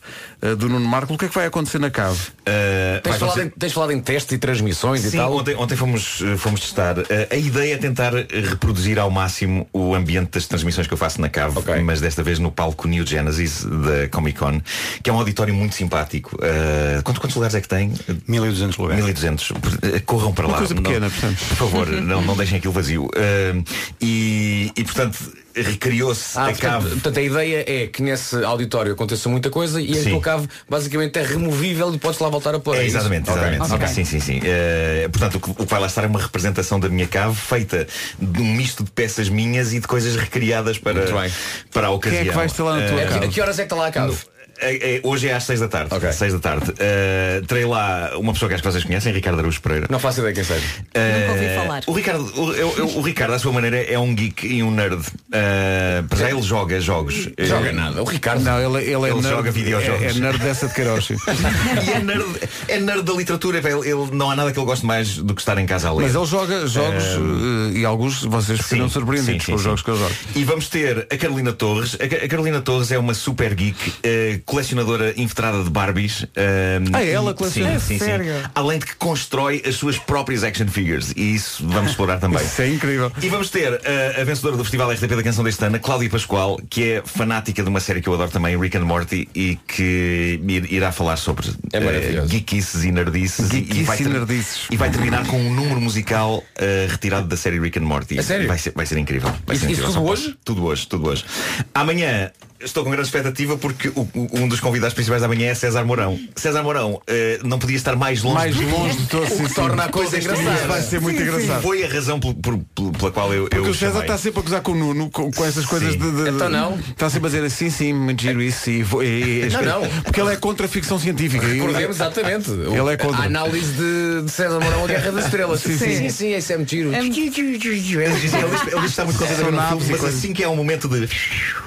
S1: eh, do Nuno Marco. O que é que vai acontecer na cave?
S12: Tens vai falado acontecer-
S1: tens falado em testes e transmissões
S12: Sim,
S4: então?
S12: Ontem, ontem fomos, eh, fomos testar. Eh, a ideia é tentar eh, reproduzir ao máximo o ambiente das transmissões que eu faço na cave, mas desta vez no palco New Genesis da Comic Con, que é um auditório muito simpático. Eh, quantos, quantos lugares é que tem?
S11: 1200
S12: lugares. 1200. Eh, Corram para
S1: Uma
S12: lá.
S1: coisa
S12: Não-
S1: pequena, portanto.
S12: por favor, não, não deixem aquilo vazio. Eh, e, e, portanto, recriou-se
S4: Ah,
S12: a
S4: portanto,
S12: É cave.
S4: portanto, a ideia é que nesse auditório aconteça muita coisa e a
S12: Sim.
S4: tua cave basicamente é removível e podes lá voltar a pôr.
S12: É,
S4: isso?
S12: exatamente,
S4: Ok,
S12: exatamente.
S4: ok.
S12: Sim, sim, sim. sim. Eh, portanto, o que, o que vai lá estar é uma representação da minha cave feita de um misto de peças minhas e de coisas recriadas para,
S4: Muito bem.
S12: para a
S4: Quem
S12: ocasião.
S4: é que vai estar lá na tua
S12: Eh,
S4: cave? A que horas é que está lá a cave?
S12: Eh, eh, Hoje é às 6 da tarde. às Seis da tarde. Eh, terei lá uma pessoa que acho que vocês conhecem, Ricardo Araújo Pereira.
S4: Não faço ideia quem seja.
S12: Eh,
S4: Nunca ouvi falar.
S12: O Ricardo, o, eu- eu- o Ricardo, à sua maneira, é um geek e um nerd. Eh, para já ele joga jogos. Eh,
S1: Joga
S4: Ah,
S1: nada.
S12: O Ricardo.
S1: Não, ele, ele é nerd,
S12: joga videojogos.
S1: É, é nerd dessa de Queiroz. sim.
S12: E é nerd, é nerd da literatura. pá, Ele, ele- não há nada que ele goste mais do que estar em casa a ler.
S1: Mas ele joga jogos eh, e alguns vocês ficaram surpreendidos com os jogos que ele joga.
S12: E vamos ter a Carolina Torres. A, Ca- a Carolina Torres é uma super geek, eh, colecionadora infiltrada de Barbies. eh,
S1: Ah, é
S12: e-
S1: ela coleciona?
S12: Sim,
S1: É
S12: sim, sim.
S1: sério?
S12: Além de que constrói as suas próprias action figures. E isso vamos explorar também.
S1: Isso é incrível.
S12: E vamos ter eh, a vencedora do Festival RTP da Canção deste ano, a Cláudia Pascoal, que é fanática de uma série que eu adoro também, Rick and Morty, e que ir- irá falar sobre
S4: É
S12: eh,
S4: maravilhoso.
S12: geekices e nerdices.
S1: Geekices e
S12: ter-
S1: nerdices.
S12: e vai terminar com um número musical eh, retirado da série Rick and Morty.
S1: É
S4: A sério?
S12: Vai ser, vai ser incrível. Vai
S4: Isso-
S12: ser
S4: isso
S12: incrível.
S4: tudo
S12: São
S4: hoje?
S12: Tudo hoje, tudo hoje. Amanhã estou com grande expectativa porque o- o- um dos convidados principais da manhã é César Mourão. César Mourão eh, não podia estar mais longe
S1: Mais
S12: de tudo.
S1: longe de todo,
S12: O que
S1: sim, sim.
S12: torna a
S1: Todo
S12: coisa
S1: este
S12: engraçada.
S1: momento vai ser muito
S12: Sim, sim.
S1: engraçado.
S12: Foi a razão por- por- por- pela qual eu, eu
S1: Porque o César
S12: chamei.
S1: está sempre a acusar com o Nuno com, com essas coisas
S12: Sim.
S1: de, de-
S12: Então não.
S1: Está sempre a dizer assim, sim, muito giro isso e, vou- e- e-
S4: Não, não.
S1: Porque ele é contra a ficção científica.
S4: Recordemos exatamente.
S1: Ele é contra.
S4: A análise de, de César Mourão, a Guerra das Estrelas.
S1: Sim, sim.
S4: sim, sim, sim esse é muito giro.
S12: Ele, diz- ele diz- ele diz que está muito contente a ver um
S1: Sonados
S12: filme,
S1: e
S12: mas
S1: coisas.
S12: assim que é um momento de.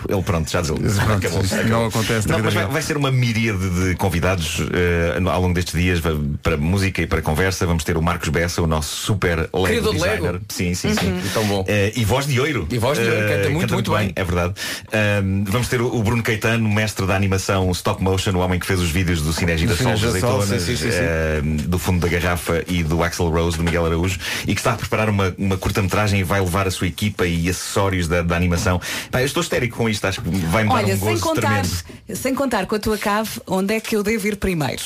S12: Ele pronto, já desligou.
S1: Pronto,
S12: Acabou,
S1: isso
S12: acabou.
S1: não acontece na
S12: Não,
S1: vida
S12: mas vai,
S1: real.
S12: vai ser uma miríade de convidados eh, ao longo destes dias va- para música e para conversa. Vamos ter o Marcos Bessa, o nosso super Lego
S4: Criador de
S12: designer.
S4: Lego.
S12: Sim, sim, sim.
S4: Uhum. Tão bom.
S12: Eh, e voz de ouro.
S4: E voz de ouro,
S12: Eh,
S4: canta muito, muito bem.
S12: É verdade. Ahm, vamos ter o o Bruno Caetano, mestre da animação stop motion, o homem que fez os vídeos do Cine Girassol,
S1: Cine
S12: das
S1: Girassol,
S12: azeitonas,
S1: sim, sim, sim, sim.
S12: eh, um, do fundo da garrafa e do Axel Rose, do Miguel Araújo, e que está a preparar uma, uma curta-metragem e vai levar a sua equipa e acessórios da, da animação. Pá, eu estou histérico com isto, acho que vai-me dar
S3: Olha, sem
S12: um gozo
S3: contar,
S12: tremendo.
S3: sem contar com a tua cave, onde é que eu devo ir primeiro?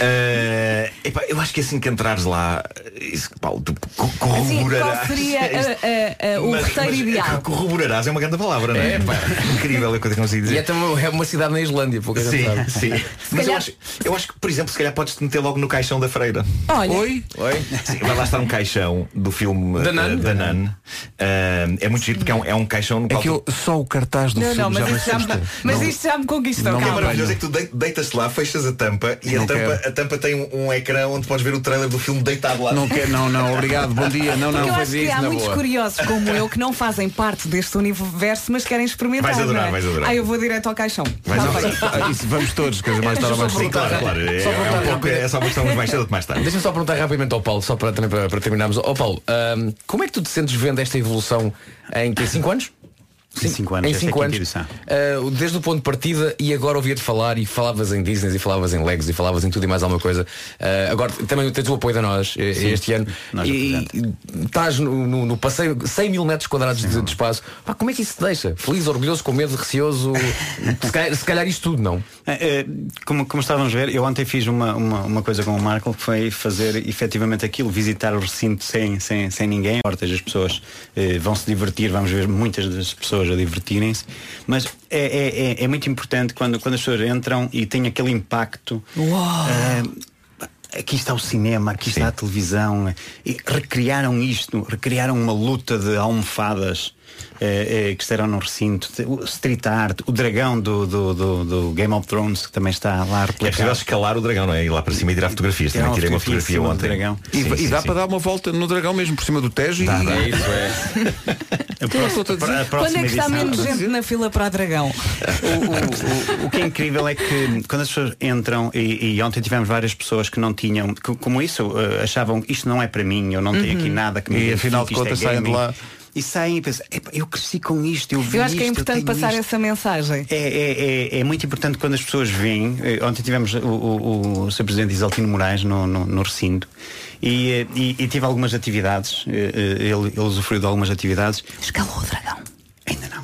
S12: Eh, epá, eu acho que assim que entrares lá, isso, pá, tu co-
S3: Sim,
S12: corroborarás.
S3: Assim, qual seria ah, ah, ah, o
S12: Mas-
S3: roteiro
S12: mas,
S3: ideal?
S12: Corroborarás é uma grande palavra, não é?
S4: É, pá.
S12: Incrível a coisa que eu consigo dizer.
S4: E é, também, é uma cidade na Islândia, pouca gente
S12: Sim,
S4: sabe.
S12: sim. Mas eu
S4: calhar-
S12: acho, eu acho que, por exemplo, se calhar podes-te meter logo no caixão da freira.
S3: Olha.
S1: Oi?
S12: Oi? Sim, vai lá estar um caixão do filme
S4: Da
S12: eh,
S4: Nan?
S12: da Nan. Eh, é muito giro porque é um, é um caixão no
S1: É
S12: qual
S1: que eu, só o cartaz do
S3: Não,
S1: filme
S3: não,
S1: já
S3: mas
S1: me
S3: isto já me,
S1: assusta.
S3: mas
S1: Não.
S3: isto já me conquistou.
S1: não me
S12: O que é
S3: calma.
S12: maravilhoso é que tu dei- deitas-te lá, fechas a tampa e
S1: Não
S12: a tampa tampa, a tampa tem um, um ecrã onde podes ver o trailer do filme deitado lá.
S1: Não quer, não, não, obrigado, bom dia. Não, não,
S3: Porque eu acho É que há muitos curiosos como eu que não fazem parte deste universo, mas querem experimentar.
S1: Vais adorar,
S3: não é?
S1: vais adorar.
S3: Ah, eu vou direto ao caixão. Tá
S1: Mas
S3: Lá
S1: não,
S3: vai.
S1: ah, isso, vamos todos, quer dizer, mais tarde ou mais
S4: Sim,
S1: cedo.
S4: claro, claro. É, é um pouco- é só uma questão de mais cedo ou de mais tarde. Deixa-me só perguntar rapidamente ao Paulo, só para, também para, para terminarmos. Ó Paulo, ahm, como é que tu te sentes vendo esta evolução em que 5 anos? Sim, 5
S11: anos,
S4: Em
S11: esta é a
S4: 5
S11: quinta
S4: anos.
S11: edição.
S4: ah, desde o ponto de partida e agora ouvia-te falar e falavas em Disney e falavas em Legos e falavas em tudo e mais alguma coisa. Ah, agora também tens o apoio da nós eh,
S11: Sim,
S4: este ano. e e estás no, no- no passeio 100 mil metros quadrados de, de espaço. Pá, como é que isso te deixa? Feliz, orgulhoso, com medo, receoso? se, calhar, se calhar isto tudo, não?
S11: Eh, eh, Como, como estávamos a ver, eu ontem fiz uma, uma, uma coisa com o Marco que foi fazer efetivamente aquilo, visitar o recinto sem, sem, sem ninguém. Portas, as pessoas eh, vão se divertir, vamos ver muitas das pessoas a divertirem-se. Mas é, é, é, é muito importante quando, quando as pessoas entram e tem aquele impacto. Eh, Aqui está o cinema, aqui está a televisão. eh, E recriaram isto, recriaram uma luta de almofadas eh, eh, que estarão no recinto, o street art, o dragão do, do, do- do Game of Thrones que também está lá
S12: É possível
S11: replicado.
S12: escalar o dragão, não é? Ir lá para cima e tirar fotografias.
S11: Tirar
S12: Também
S11: uma
S12: tirei uma
S11: fotografia
S12: fotografia
S11: em cima do
S12: ontem.
S11: dragão.
S1: E,
S12: Sim,
S1: e
S12: sim,
S1: dá
S12: sim.
S1: para dar uma volta no dragão mesmo por cima do Tejo
S12: Dá,
S1: e.
S12: dá. Isso,
S1: é.
S3: Quando é que está menos gente na fila para a Dragão?
S11: o, o- o que é incrível é que quando as pessoas entram e, e ontem tivemos várias pessoas que não tinham, que, como isso, eh, achavam isto não é para mim, eu não tenho
S1: Uhum.
S11: aqui nada que me
S1: E,
S11: identifique,
S1: afinal de
S11: isto é
S1: contas, saem de
S11: gaming.
S1: lá.
S11: E saem e pensam, "Epá, eu cresci com isto, eu vi
S3: Eu acho que é
S11: isto, eu
S3: importante
S11: tenho
S3: passar
S11: isto."
S3: essa mensagem.
S11: É, é- é- é muito importante quando as pessoas vêm. Eh, Ontem tivemos o, o, o Sr. Presidente Isaltino Moraes no, no, no recinto e, eh, e, e tive algumas atividades. eh, eh, Ele, ele usufruiu de algumas atividades. Escalou o dragão. Ainda não.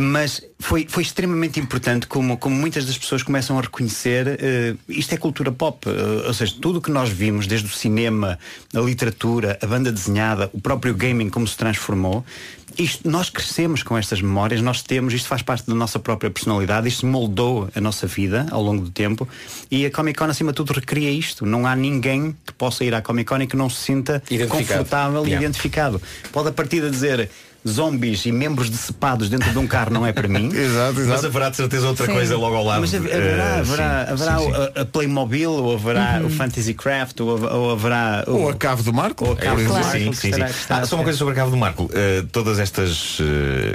S11: Mas foi, foi extremamente importante como, como muitas das pessoas começam a reconhecer eh, isto é cultura pop. eh, ou seja, tudo o que nós vimos, desde o cinema, a literatura, a banda desenhada, o próprio gaming, como se transformou, isto, nós crescemos com estas memórias, nós temos, isto faz parte da nossa própria personalidade, isto moldou a nossa vida ao longo do tempo e a Comic Con, acima de tudo, recria isto. Não há ninguém que possa ir à Comic Con e que não se sinta
S4: Identificado.
S11: confortável e
S4: Yeah.
S11: identificado. Pode a partir de dizer zombies e membros decepados dentro de um carro não é para mim.
S12: Exato, exato. Hum? Mas haverá de certeza outra coisa logo ao lado.
S11: Mas haver-
S12: Eh,
S11: haverá, haverá,
S12: sim,
S11: haverá
S12: sim,
S11: o- A, a Playmobil, ou haverá
S12: Uhum.
S11: o Fantasy Craft, ou, hav- ou haverá o...
S12: Ou a Cave do Marco.
S11: Ou a Cave do Marco.
S12: Sim,
S11: que
S12: sim,
S11: estará-
S12: sim.
S11: que estará
S12: Ah,
S11: a
S12: só uma
S11: ser.
S12: coisa sobre a Cave do Marco. Uh, todas estas uh,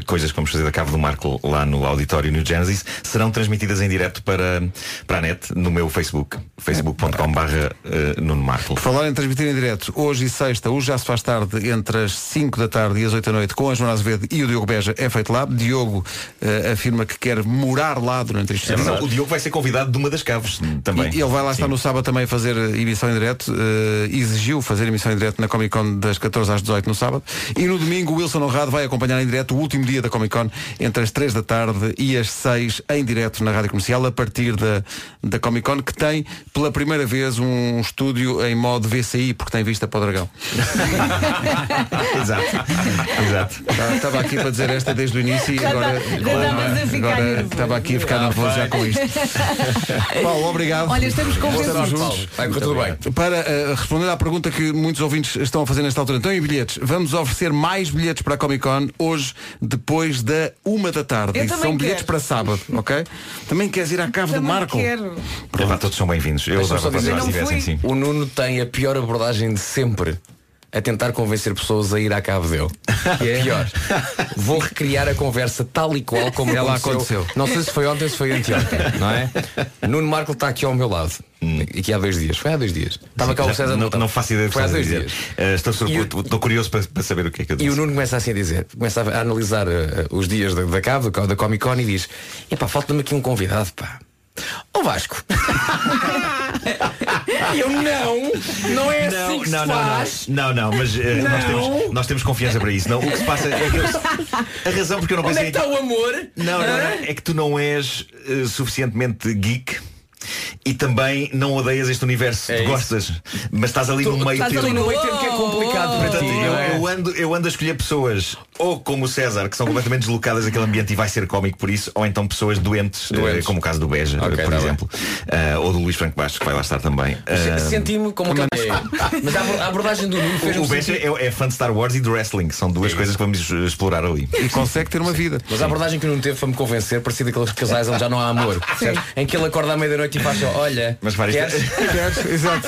S12: coisas que vamos fazer da Cave do Marco lá no auditório no Genesis serão transmitidas em direto para, para a net no meu Facebook, facebook.com.br uh, Nuno Marco.
S1: Por falar em transmitir em direto, hoje e sexta, o Já se faz tarde, entre as 5 da tarde e as 8 da noite, com a Joana Azevedo e o Diogo Beja, é feito lá. Diogo eh, afirma que quer morar lá durante
S2: É
S1: este
S12: Não,
S1: semana.
S12: o Diogo vai ser convidado de uma das caves também.
S1: E ele vai lá estar
S12: Sim.
S1: no sábado também a fazer emissão em direto, eh, exigiu fazer emissão em direto na Comic Con das 14 às 18 no sábado. E no domingo o Wilson Honrado vai acompanhar em direto o último dia da Comic Con, entre as 3 da tarde e as 6 em direto na Rádio Comercial, a partir da, da Comic Con, que tem pela primeira vez um estúdio em modo VCI, porque tem vista para o dragão.
S12: Exato. Exato.
S1: Estava Tá, aqui para dizer esta desde o início e
S12: Já
S1: agora,
S12: tá- já
S1: agora-
S12: estavas a ficar
S1: agora
S12: nervoso.
S1: estava aqui a ficar
S12: Ah,
S1: nervoso já
S12: vai.
S1: com isto. Paulo, obrigado.
S3: Olha, estamos com
S1: Estamos
S3: sorte.
S1: juntos.
S4: Vai, correu tudo bem.
S1: Para eh, responder à pergunta que muitos ouvintes estão a fazer nesta altura, então e bilhetes? Vamos oferecer mais bilhetes para a Comic Con hoje, depois da uma da tarde.
S3: Eu
S1: E
S3: também
S1: São bilhetes
S3: quero.
S1: para sábado, ok? Também queres ir à cave do
S3: Também
S1: Marco?
S3: quero.
S12: Epá, todos são bem-vindos. Eu
S4: Deixa-me
S12: adorava
S4: só
S12: quando
S4: dizer,
S12: eles estivessem, sim.
S4: O Nuno tem a pior abordagem de sempre a tentar convencer pessoas a ir à cave dele. É pior. Vou recriar a conversa tal e qual como
S1: Ela
S4: aconteceu.
S1: aconteceu.
S4: Não sei se foi ontem, se foi anteontem, não é? Nuno Marco está aqui ao meu lado. Aqui há dois dias. Foi há dois dias. Estava
S12: Hum. Sim,
S4: cá o
S12: já
S4: César
S12: não,
S4: Mourão.
S12: não faço ideia do que
S4: Foi há
S12: estás a
S4: dois
S12: dizer.
S4: dias.
S12: Eh, estou, sur-
S4: E o-
S12: estou curioso para, para saber o que é que eu disse.
S4: E o Nuno começa assim a dizer, começa a analisar eh, os dias da, da cave, da, da Comic Con e diz, epá, falta-me aqui um convidado, pá. O Vasco. Ah, Eu não, não é assim que
S12: não,
S4: se
S12: não,
S4: faz.
S12: Não, não, não, mas eh, Nós,
S4: Não.
S12: temos, nós temos confiança para isso. Não, o que se passa é que eu, a razão porque eu não
S4: Onde é
S12: pensei.
S4: que está o amor?
S12: Não, não, não,
S4: Hã?
S12: é que tu não és eh, suficientemente geek. E também não odeias este universo,
S4: É
S12: tu gostas, mas estás ali no meio
S4: estás
S12: termo.
S4: ali no meio termo que é
S3: Oh.
S4: complicado para
S12: Portanto,
S4: ti, não é?
S12: eu, eu ando, eu ando a escolher pessoas, ou como o César, que são completamente deslocadas daquele ambiente e vai ser cómico por isso, ou então pessoas doentes, eh,
S4: Doentes.
S12: como o caso do Beja,
S4: Ok,
S12: por
S4: tá
S12: exemplo, Eh, ou do Luís Franco Bastos, que vai lá estar também.
S4: Se-
S12: Eh,
S4: Senti-me como que... Mas a abor- a abordagem do Nuno fez
S12: o Beja é, é fã de Star Wars e de wrestling, são
S11: É
S12: duas coisas que vamos eh, explorar ali.
S1: E consegue ter uma vida.
S4: Mas a abordagem que o Nuno teve foi-me convencer, parecia daqueles casais onde já não há amor. percebes? Em que ele acorda à meia-noite e faz ó, Olha,
S12: Mas várias
S4: queres?
S1: Queres? Exato.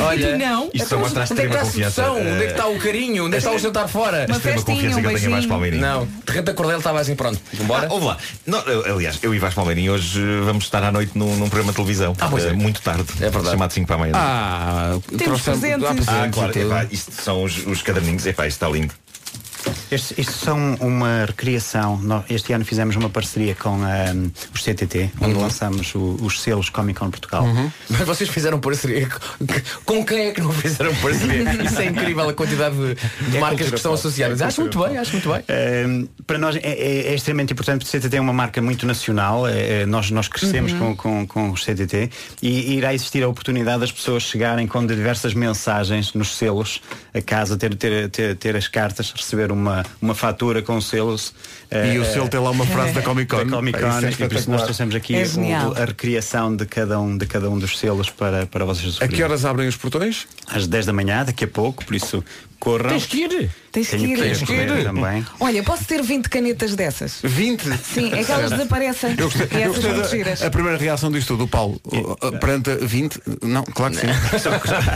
S4: Olha,
S3: E tu não?
S12: Isto só
S4: então,
S12: mostra a
S4: onde é que
S12: extrema
S4: está a
S12: confiança.
S4: sedução? Onde é que está o
S12: Eh,
S4: carinho? Onde é que está o jantar fora? é-
S12: A extrema confiança que eu tenho em Vasco Palmeirinho.
S4: Não, de repente a Cordel estava assim, pronto,
S12: Bora? vamos lá. Não, eu- aliás, eu e Vasco Palmeirinho hoje eh, vamos estar à noite num, num programa de televisão.
S4: Ah, pois é.
S12: Eh, Muito tarde. É verdade. Chamado 5 para a meia.
S4: Ah,
S3: Temos trouxemos- presentes. há presentes
S12: Ah,
S3: e
S12: claro.
S3: tudo.
S12: Epá, isto são os, os caderninhos. Epá, isto está lindo.
S11: Estes, estes são uma recriação. Nó- Este ano fizemos uma parceria com ah, os CTT, onde lançamos o- os selos Comic Con Portugal.
S4: Mas vocês fizeram parceria. com- Com quem é que não fizeram parceria? Isso é incrível a quantidade de, de
S11: É
S4: marcas
S11: cultura
S4: que estão
S11: pop.
S4: associadas.
S11: É
S4: acho muito
S11: cultura
S4: bem, acho muito bem.
S11: Ahm, para nós é, é- é extremamente importante porque o CTT é uma marca muito nacional, é, é, nós, nós crescemos
S13: Uhum.
S11: com, com, com o CTT e irá existir a oportunidade das pessoas chegarem com diversas mensagens nos selos a casa, ter, ter, ter, ter as cartas, receber uma, uma fatura com selos.
S1: E o selo tem lá uma frase da Comic Con.
S11: Da Comic
S1: Isso é
S11: Con, e por isso
S1: espetacular.
S11: nós trouxemos aqui
S1: É
S11: o-
S1: genial.
S11: a recriação de cada um, de cada um dos selos para, para vocês
S1: A que
S11: usufruírem.
S1: horas abrem os portões?
S11: Às 10 da manhã, daqui a pouco, por isso corram.
S3: Tens que ir. Tens que
S11: Tenho
S3: ir.
S11: que ir também.
S3: Olha, posso ter 20 canetas dessas?
S1: 20?
S3: Sim, é que elas desaparecem.
S1: Eu gostei,
S3: E
S1: eu
S3: essas
S1: gostei
S3: são
S1: da-
S3: giras.
S1: a primeira reação disto tudo, o Paulo. uh, uh, Perante a 20? Não, claro que sim.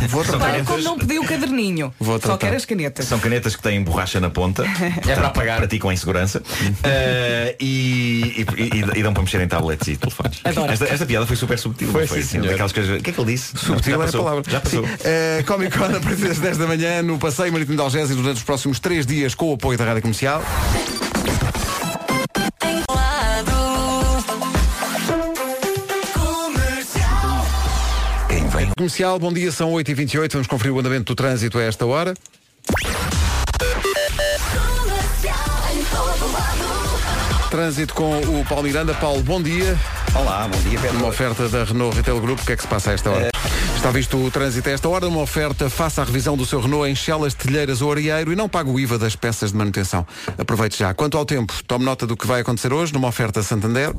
S1: Vou
S3: Repara
S1: tratar.
S3: como não pediu o caderninho.
S12: Vou
S3: Só
S12: tratar.
S3: quero as canetas.
S12: São canetas que têm borracha na ponta. é para apagar. Praticam a insegurança. Eh, e, e, e- e dão para mexer em tablets e telefones.
S1: Adoro.
S12: Esta, esta piada foi super subtil.
S1: Foi,
S12: não
S1: sim,
S12: Assim,
S1: senhor.
S12: daquelas coisas. O que é que ele disse?
S1: Subtil é
S12: Não, já
S1: a
S12: passou.
S1: palavra.
S12: Já passou.
S1: Sim. Eh, Comic Con a partir das 10 da manhã no Passeio Marítimo de Algésia durante os próximos 3 dias com o apoio da Rádio Comercial. Quem vem? Comercial, bom dia, são 8h28, vamos conferir o andamento do trânsito a esta hora. Trânsito com o Paulo Miranda. Paulo, bom dia.
S2: Olá, bom dia, Pedro.
S1: Uma oferta da Renault Retail Group. O que é que se passa a esta hora? Está visto o trânsito a esta hora. Uma oferta faça a revisão do seu Renault em Chelas, Telheiras ou Arieiro e não pague o IVA das peças de manutenção. Aproveite já. Quanto ao tempo, tome nota do que vai acontecer hoje numa oferta Santander.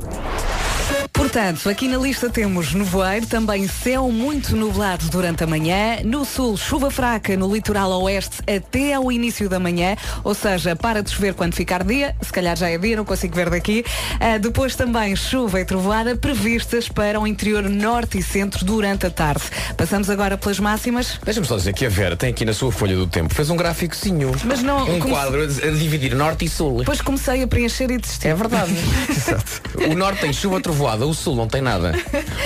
S3: Portanto, aqui na lista temos nevoeiro, também céu muito nublado durante a manhã, no sul chuva fraca no litoral oeste até ao início da manhã, ou seja, para de chover quando ficar dia, se calhar já é dia, não consigo ver daqui. Ah, depois também chuva e trovoada previstas para o interior norte e centro durante a tarde. Passamos agora pelas máximas.
S4: Deixa-me só dizer que a Vera tem aqui na sua folha do tempo, fez um gráficozinho.
S3: Mas não-
S4: Um
S3: como
S4: quadro a a dividir norte e sul.
S3: Depois comecei a preencher e desisti.
S4: É verdade. O norte tem chuva trovoada, o sul não tem nada.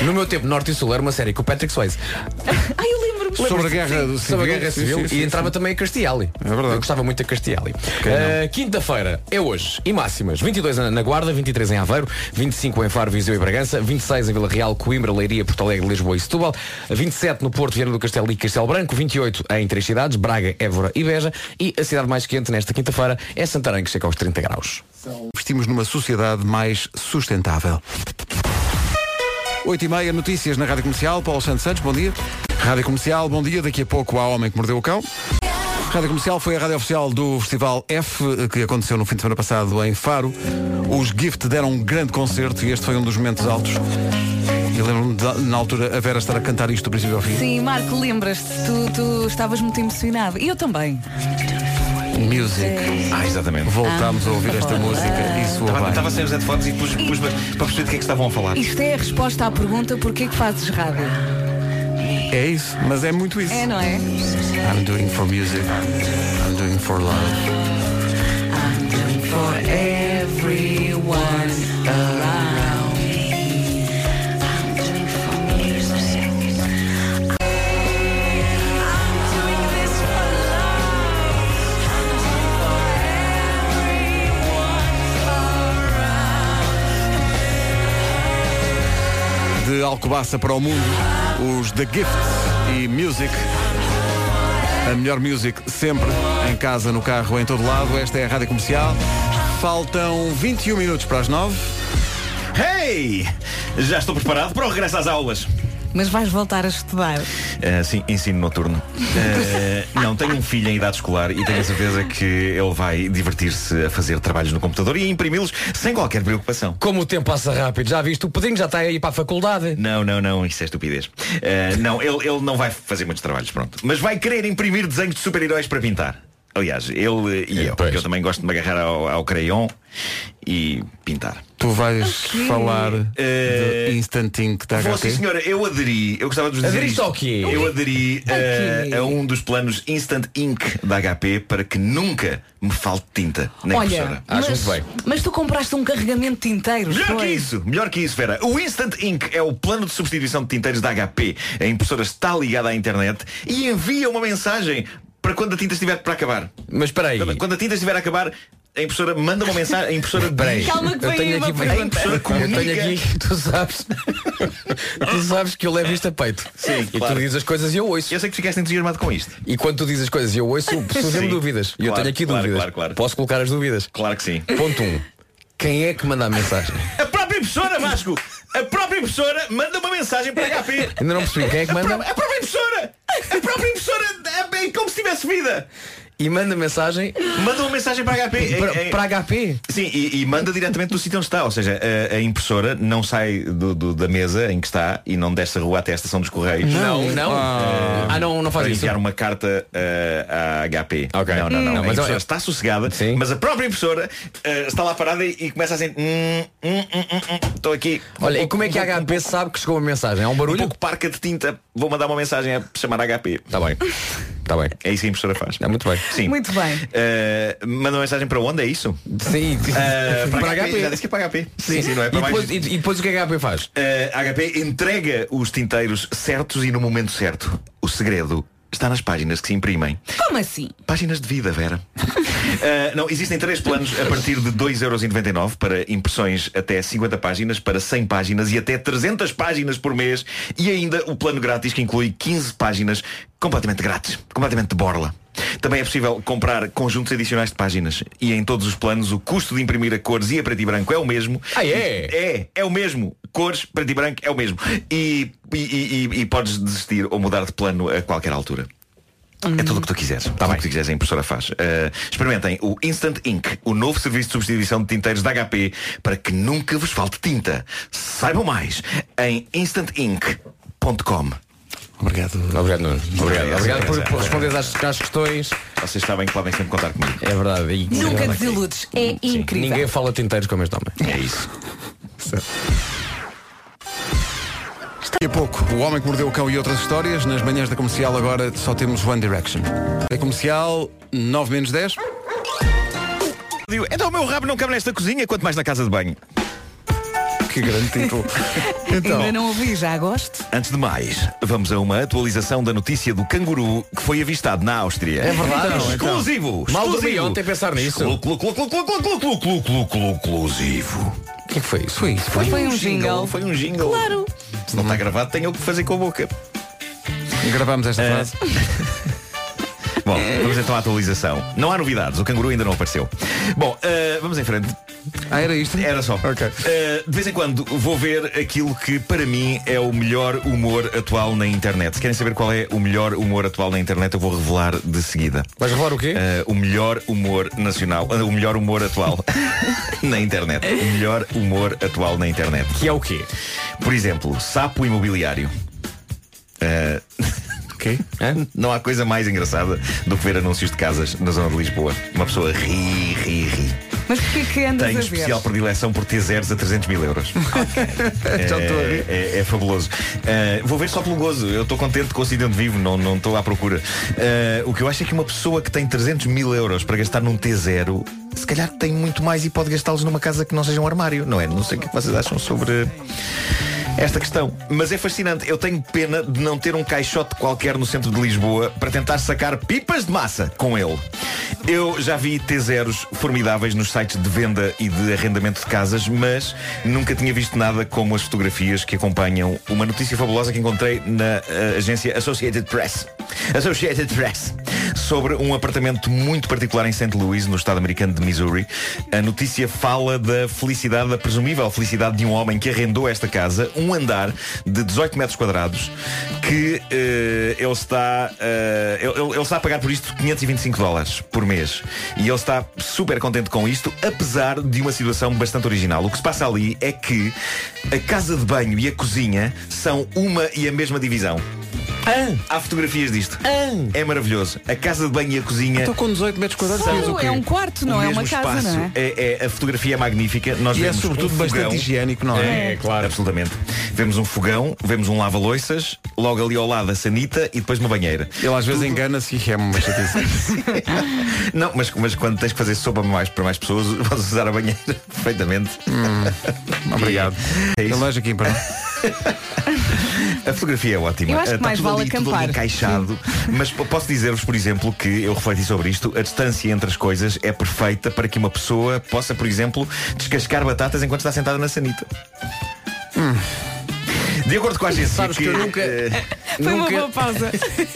S4: No meu tempo, norte e sul era uma série com o Patrick Swayze.
S3: Ai, eu lembro-me.
S1: Sobre a guerra
S4: Sobre
S1: do
S4: a
S1: civil,
S4: guerra
S1: sim,
S4: civil
S1: sim, sim,
S4: e entrava também a Castiali. É verdade. Eu gostava muito da Castiali. Ah, Quinta-feira é hoje. E máximas. 22 na na Guarda, 23 em Aveiro, 25 em Faro, Viseu e Bragança, 26 em Vila Real, Coimbra, Leiria, Porto Alegre, Lisboa e Setúbal, 27 no Porto, Viana do Castelo e Castelo Branco, 28 em três cidades, Braga, Évora e Beja. E a cidade mais quente nesta quinta-feira é Santarém, que chega aos 30 graus.
S1: Investimos numa sociedade mais sustentável. 8 e meia, notícias na Rádio Comercial. Paulo Santos Santos, bom dia. Rádio Comercial, bom dia. Daqui a pouco há Homem que Mordeu o Cão. Rádio Comercial foi a rádio oficial do Festival F, eh, que aconteceu no fim de semana passado em Faro. Os Gift deram um grande concerto e este foi um dos momentos altos. Eu lembro-me, de, na altura, a Vera estar a cantar isto do princípio ao fim.
S3: Sim, Marco, lembras-te, tu, tu estavas muito emocionado. E eu também.
S1: Music.
S12: Ah, exatamente.
S1: Voltámos a ouvir
S3: Ah.
S1: esta música. Isso
S12: estava, estava sem os headphones e pus, pus para perceber do que é que estavam a falar.
S3: Isto é a resposta à pergunta porquê que fazes rádio.
S1: É isso, mas é muito isso.
S3: É, não é?
S1: I'm doing for music. I'm doing for love.
S3: For everyone around.
S1: De Alcobaça para o mundo, os The Gift e Music. A melhor music sempre, em casa, no carro, em todo lado. Esta é a Rádio Comercial. Faltam 21 minutos para as 9.
S12: Hey! Já estou preparado para o regresso às aulas.
S3: Mas vais voltar a estudar.
S12: Eh, sim, ensino noturno. Eh, não, tenho um filho em idade escolar e tenho a certeza que ele vai divertir-se a fazer trabalhos no computador e a imprimi-los sem qualquer preocupação.
S4: Como o tempo passa rápido, já viste? O Pedrinho já está aí para a faculdade.
S12: Não, não, não, isso é estupidez. Eh, não, ele, ele não vai fazer muitos trabalhos, pronto. Mas vai querer imprimir desenhos de super-heróis para pintar. Aliás, ele e eu, porque eu também gosto de me agarrar ao, ao crayon e pintar.
S1: Tu vais
S12: Ok.
S1: falar
S12: Eh,
S1: do instantinho que está
S12: Vou,
S1: Tá cá.
S12: sim, senhora, eu aderi, eu gostava de vos dizer
S1: Aderiste
S12: isto.
S1: ao quê?
S12: Eu aderi eh, a um dos planos Instant Ink da HP para que nunca me falte tinta na impressora.
S3: Olha, mas, mas tu compraste um carregamento de inteiros.
S12: Ah, Melhor
S3: foi?
S12: que isso, melhor que isso, Vera. O Instant Ink é o plano de substituição de tinteiros da HP. A impressora está ligada à internet e envia uma mensagem para quando a tinta estiver para acabar.
S4: Mas espera aí.
S12: Quando a tinta estiver a acabar, a impressora manda uma mensagem. A impressora
S4: Espera aí.
S12: diz-
S4: Calma que Eu vem tenho aí uma aqui- pergunta.
S12: A impressora
S4: Eu tenho
S12: comunica-
S4: aqui- Tu sabes. tu sabes que eu levo isto a peito. Sim, e tu dizes as coisas e eu ouço.
S12: Eu sei que ficaste entusiasmado com isto.
S4: E quando tu dizes as coisas e eu ouço, surgem
S12: Sim.
S4: dúvidas. E eu
S12: Claro,
S4: tenho aqui
S12: claro,
S4: dúvidas.
S12: claro, claro.
S4: Posso colocar as dúvidas?
S12: Claro que sim.
S4: Ponto 1. Um, quem é que manda a mensagem?
S12: A própria impressora, Vasco! A própria impressora manda uma mensagem para a HP.
S4: Ainda não percebi. Quem é que manda?
S12: A própria impressora! A própria impressora é como se tivesse vida!
S4: E manda mensagem.
S12: Manda uma mensagem para a HP.
S4: Para-
S12: É- é-
S4: para a HP?
S12: Sim, e, e manda diretamente do sítio onde está. Ou seja, a, a impressora não sai do- do- da mesa em que está e não desce a rua até a estação dos Correios.
S4: Não, não.
S12: Eh,
S4: Ah, não, não faz
S12: para
S4: isso.
S12: enviar uma carta eh, à HP. Não, não, não.
S4: Não,
S12: a
S4: mas
S12: impressora
S4: olha-
S12: está sossegada, mas a própria impressora eh, está lá parada e, e começa assim. "Hum, hum, hum, hum, hum, Estou aqui.
S4: Olha, e como é que a HP sabe que chegou uma mensagem? É um barulho?
S12: Um pouco parca de tinta. Vou mandar uma mensagem a chamar a HP.
S4: Está bem. Está bem.
S12: É isso que a impressora faz. É
S4: muito bem.
S12: Sim.
S3: Muito bem.
S12: Eh, manda uma mensagem para onde? É isso?
S4: Sim.
S12: Eh, para,
S4: Para
S12: HP.
S4: HP.
S12: Já disse que é para HP.
S4: Sim. E depois- e- e depois o que é que a HP faz?
S12: A HP entrega os tinteiros certos e no momento certo. O segredo está nas páginas que se imprimem.
S3: Como assim?
S12: Páginas de vida, Vera. Eh, não, existem três planos a partir de 2,99€ para impressões até 50 páginas, para 100 páginas e até 300 páginas por mês. E ainda o plano grátis que inclui 15 páginas completamente grátis, completamente de borla. Também é possível comprar conjuntos adicionais de páginas. E em todos os planos o custo de imprimir a cores e a preto e branco é o mesmo.
S4: Ah, é?
S12: É, é o mesmo. Cores, preto e branco é o mesmo. E, e, e, e- e podes desistir ou mudar de plano a qualquer altura. É tudo o que tu quiseres. Tá bem. O que tu quiseres, a impressora faz. Eh, experimentem o Instant Ink, o novo serviço de substituição de tinteiros da HP, para que nunca vos falte tinta. Saibam mais em instantink.com.
S1: Obrigado.
S4: Obrigado, Nuno. Obrigado. Obrigado por, por
S12: responder
S4: responderes às, às questões.
S12: Vocês sabem que podem sempre contar comigo.
S4: É verdade. E-
S3: Nunca
S4: Sim.
S3: desiludes. É incrível.
S4: Ninguém fala tinteiros como este homem.
S12: É isso.
S1: Daqui a pouco, O Homem que Mordeu o Cão e outras histórias. Nas manhãs da comercial agora só temos One Direction. É comercial, 9 menos 10.
S12: Digo, Então o meu rabo não cabe nesta cozinha, quanto mais na casa de banho.
S1: Que grande título.
S12: Então.
S3: Ainda não ouvi, já gosto.
S12: Antes de mais, vamos a uma atualização da notícia do canguru que foi avistado na Áustria.
S4: É verdade, então, então.
S12: exclusivo.
S4: Mal
S12: exclusivo.
S4: dormi ontem a pensar nisso.
S12: Exclu- clu- clu- clu- clu- clu- clu- clu- clu- clu- clu- Exclusivo.
S4: O que é que foi isso?
S1: Foi isso.
S3: Foi, um jingle.
S12: Foi um jingle.
S3: Claro.
S12: Se não está gravado, tenho o que fazer com a boca.
S1: Gravamos esta
S4: Ah.
S1: frase.
S12: Bom,
S3: É.
S12: vamos então à atualização. Não há novidades, o canguru ainda não apareceu. Bom, eh, vamos em frente.
S1: Ah, era isto?
S12: Era só. Eh, de vez em quando vou ver aquilo que para mim é o melhor humor atual na internet. Se querem saber qual é o melhor humor atual na internet, eu vou revelar de seguida.
S4: Vais revelar o quê?
S12: Eh, o melhor humor nacional. eh, o melhor humor atual na internet. O melhor humor atual na internet.
S4: Que é o quê?
S12: Por exemplo, sapo imobiliário. Eh, Hã? Não há coisa mais engraçada do que ver anúncios de casas na zona de Lisboa. Uma pessoa ri, ri, ri.
S3: Mas porquê que andas
S12: Tenho
S3: a ver?
S12: especial predileção por T0 a 300 mil euros.
S1: Já estou a
S12: é,
S1: rir.
S12: é- é fabuloso. Eh, vou ver só pelo gozo. Eu estou contente com o sítio onde vivo, não não estou à procura. Eh, o que eu acho é que uma pessoa que tem 300 mil euros para gastar num T0, se calhar tem muito mais e pode gastá-los numa casa que não seja um armário, não é? Não sei o que vocês acham sobre esta questão. Mas é fascinante. Eu tenho pena de não ter um caixote qualquer no centro de Lisboa para tentar sacar pipas de massa com ele. Eu já vi T0s formidáveis nos sites de venda e de arrendamento de casas, mas nunca tinha visto nada como as fotografias que acompanham uma notícia fabulosa que encontrei na eh, agência Associated Press. Associated Press. Sobre um apartamento muito particular em St. Louis, no estado americano de Missouri. A notícia fala da felicidade, da presumível felicidade de um homem que arrendou esta casa, um andar de 18 metros quadrados, que eh, ele está eh, ele, ele- ele está a pagar por isto 525 dólares por mês. E ele está super contente com isto, apesar de uma situação bastante original. O que se passa ali é que a casa de banho e a cozinha são uma e a mesma divisão. Há fotografias disto.
S3: Ah!
S12: É maravilhoso. A casa de banho e a cozinha.
S1: Estou com 18 metros quadrados.
S3: Claro, é um quarto, Então, não
S12: o
S3: é
S12: mesmo
S3: uma casa,
S12: espaço,
S3: não é?
S12: É, é- a fotografia é magnífica. Nós
S1: E é
S12: vemos
S1: sobretudo
S12: um
S1: bastante
S12: fogão.
S1: higiênico, não é?
S12: É, claro. Absolutamente. Vemos um fogão, vemos um lava-loiças, logo ali ao lado a sanita e depois uma banheira.
S1: Ele às vezes engana-se e é uma chatice.
S12: Não, mas, mas quando tens que fazer sopa mais, para mais pessoas, podes usar a banheira perfeitamente.
S1: Hum.
S12: obrigado. É isso.
S1: aqui para
S12: A fotografia é ótima.
S3: Eu acho que
S12: Está
S3: mais
S12: tudo
S3: vale
S12: ali, tudo ali
S3: acampar.
S12: encaixado. Mas p- posso dizer-vos, por exemplo, que eu refleti sobre isto. A distância entre as coisas é perfeita para que uma pessoa possa, por exemplo, descascar batatas enquanto está sentada na sanita. De acordo com a agência
S4: Hum. Sabes que eu nunca-
S12: eh,
S4: Foi uma boa
S3: pausa.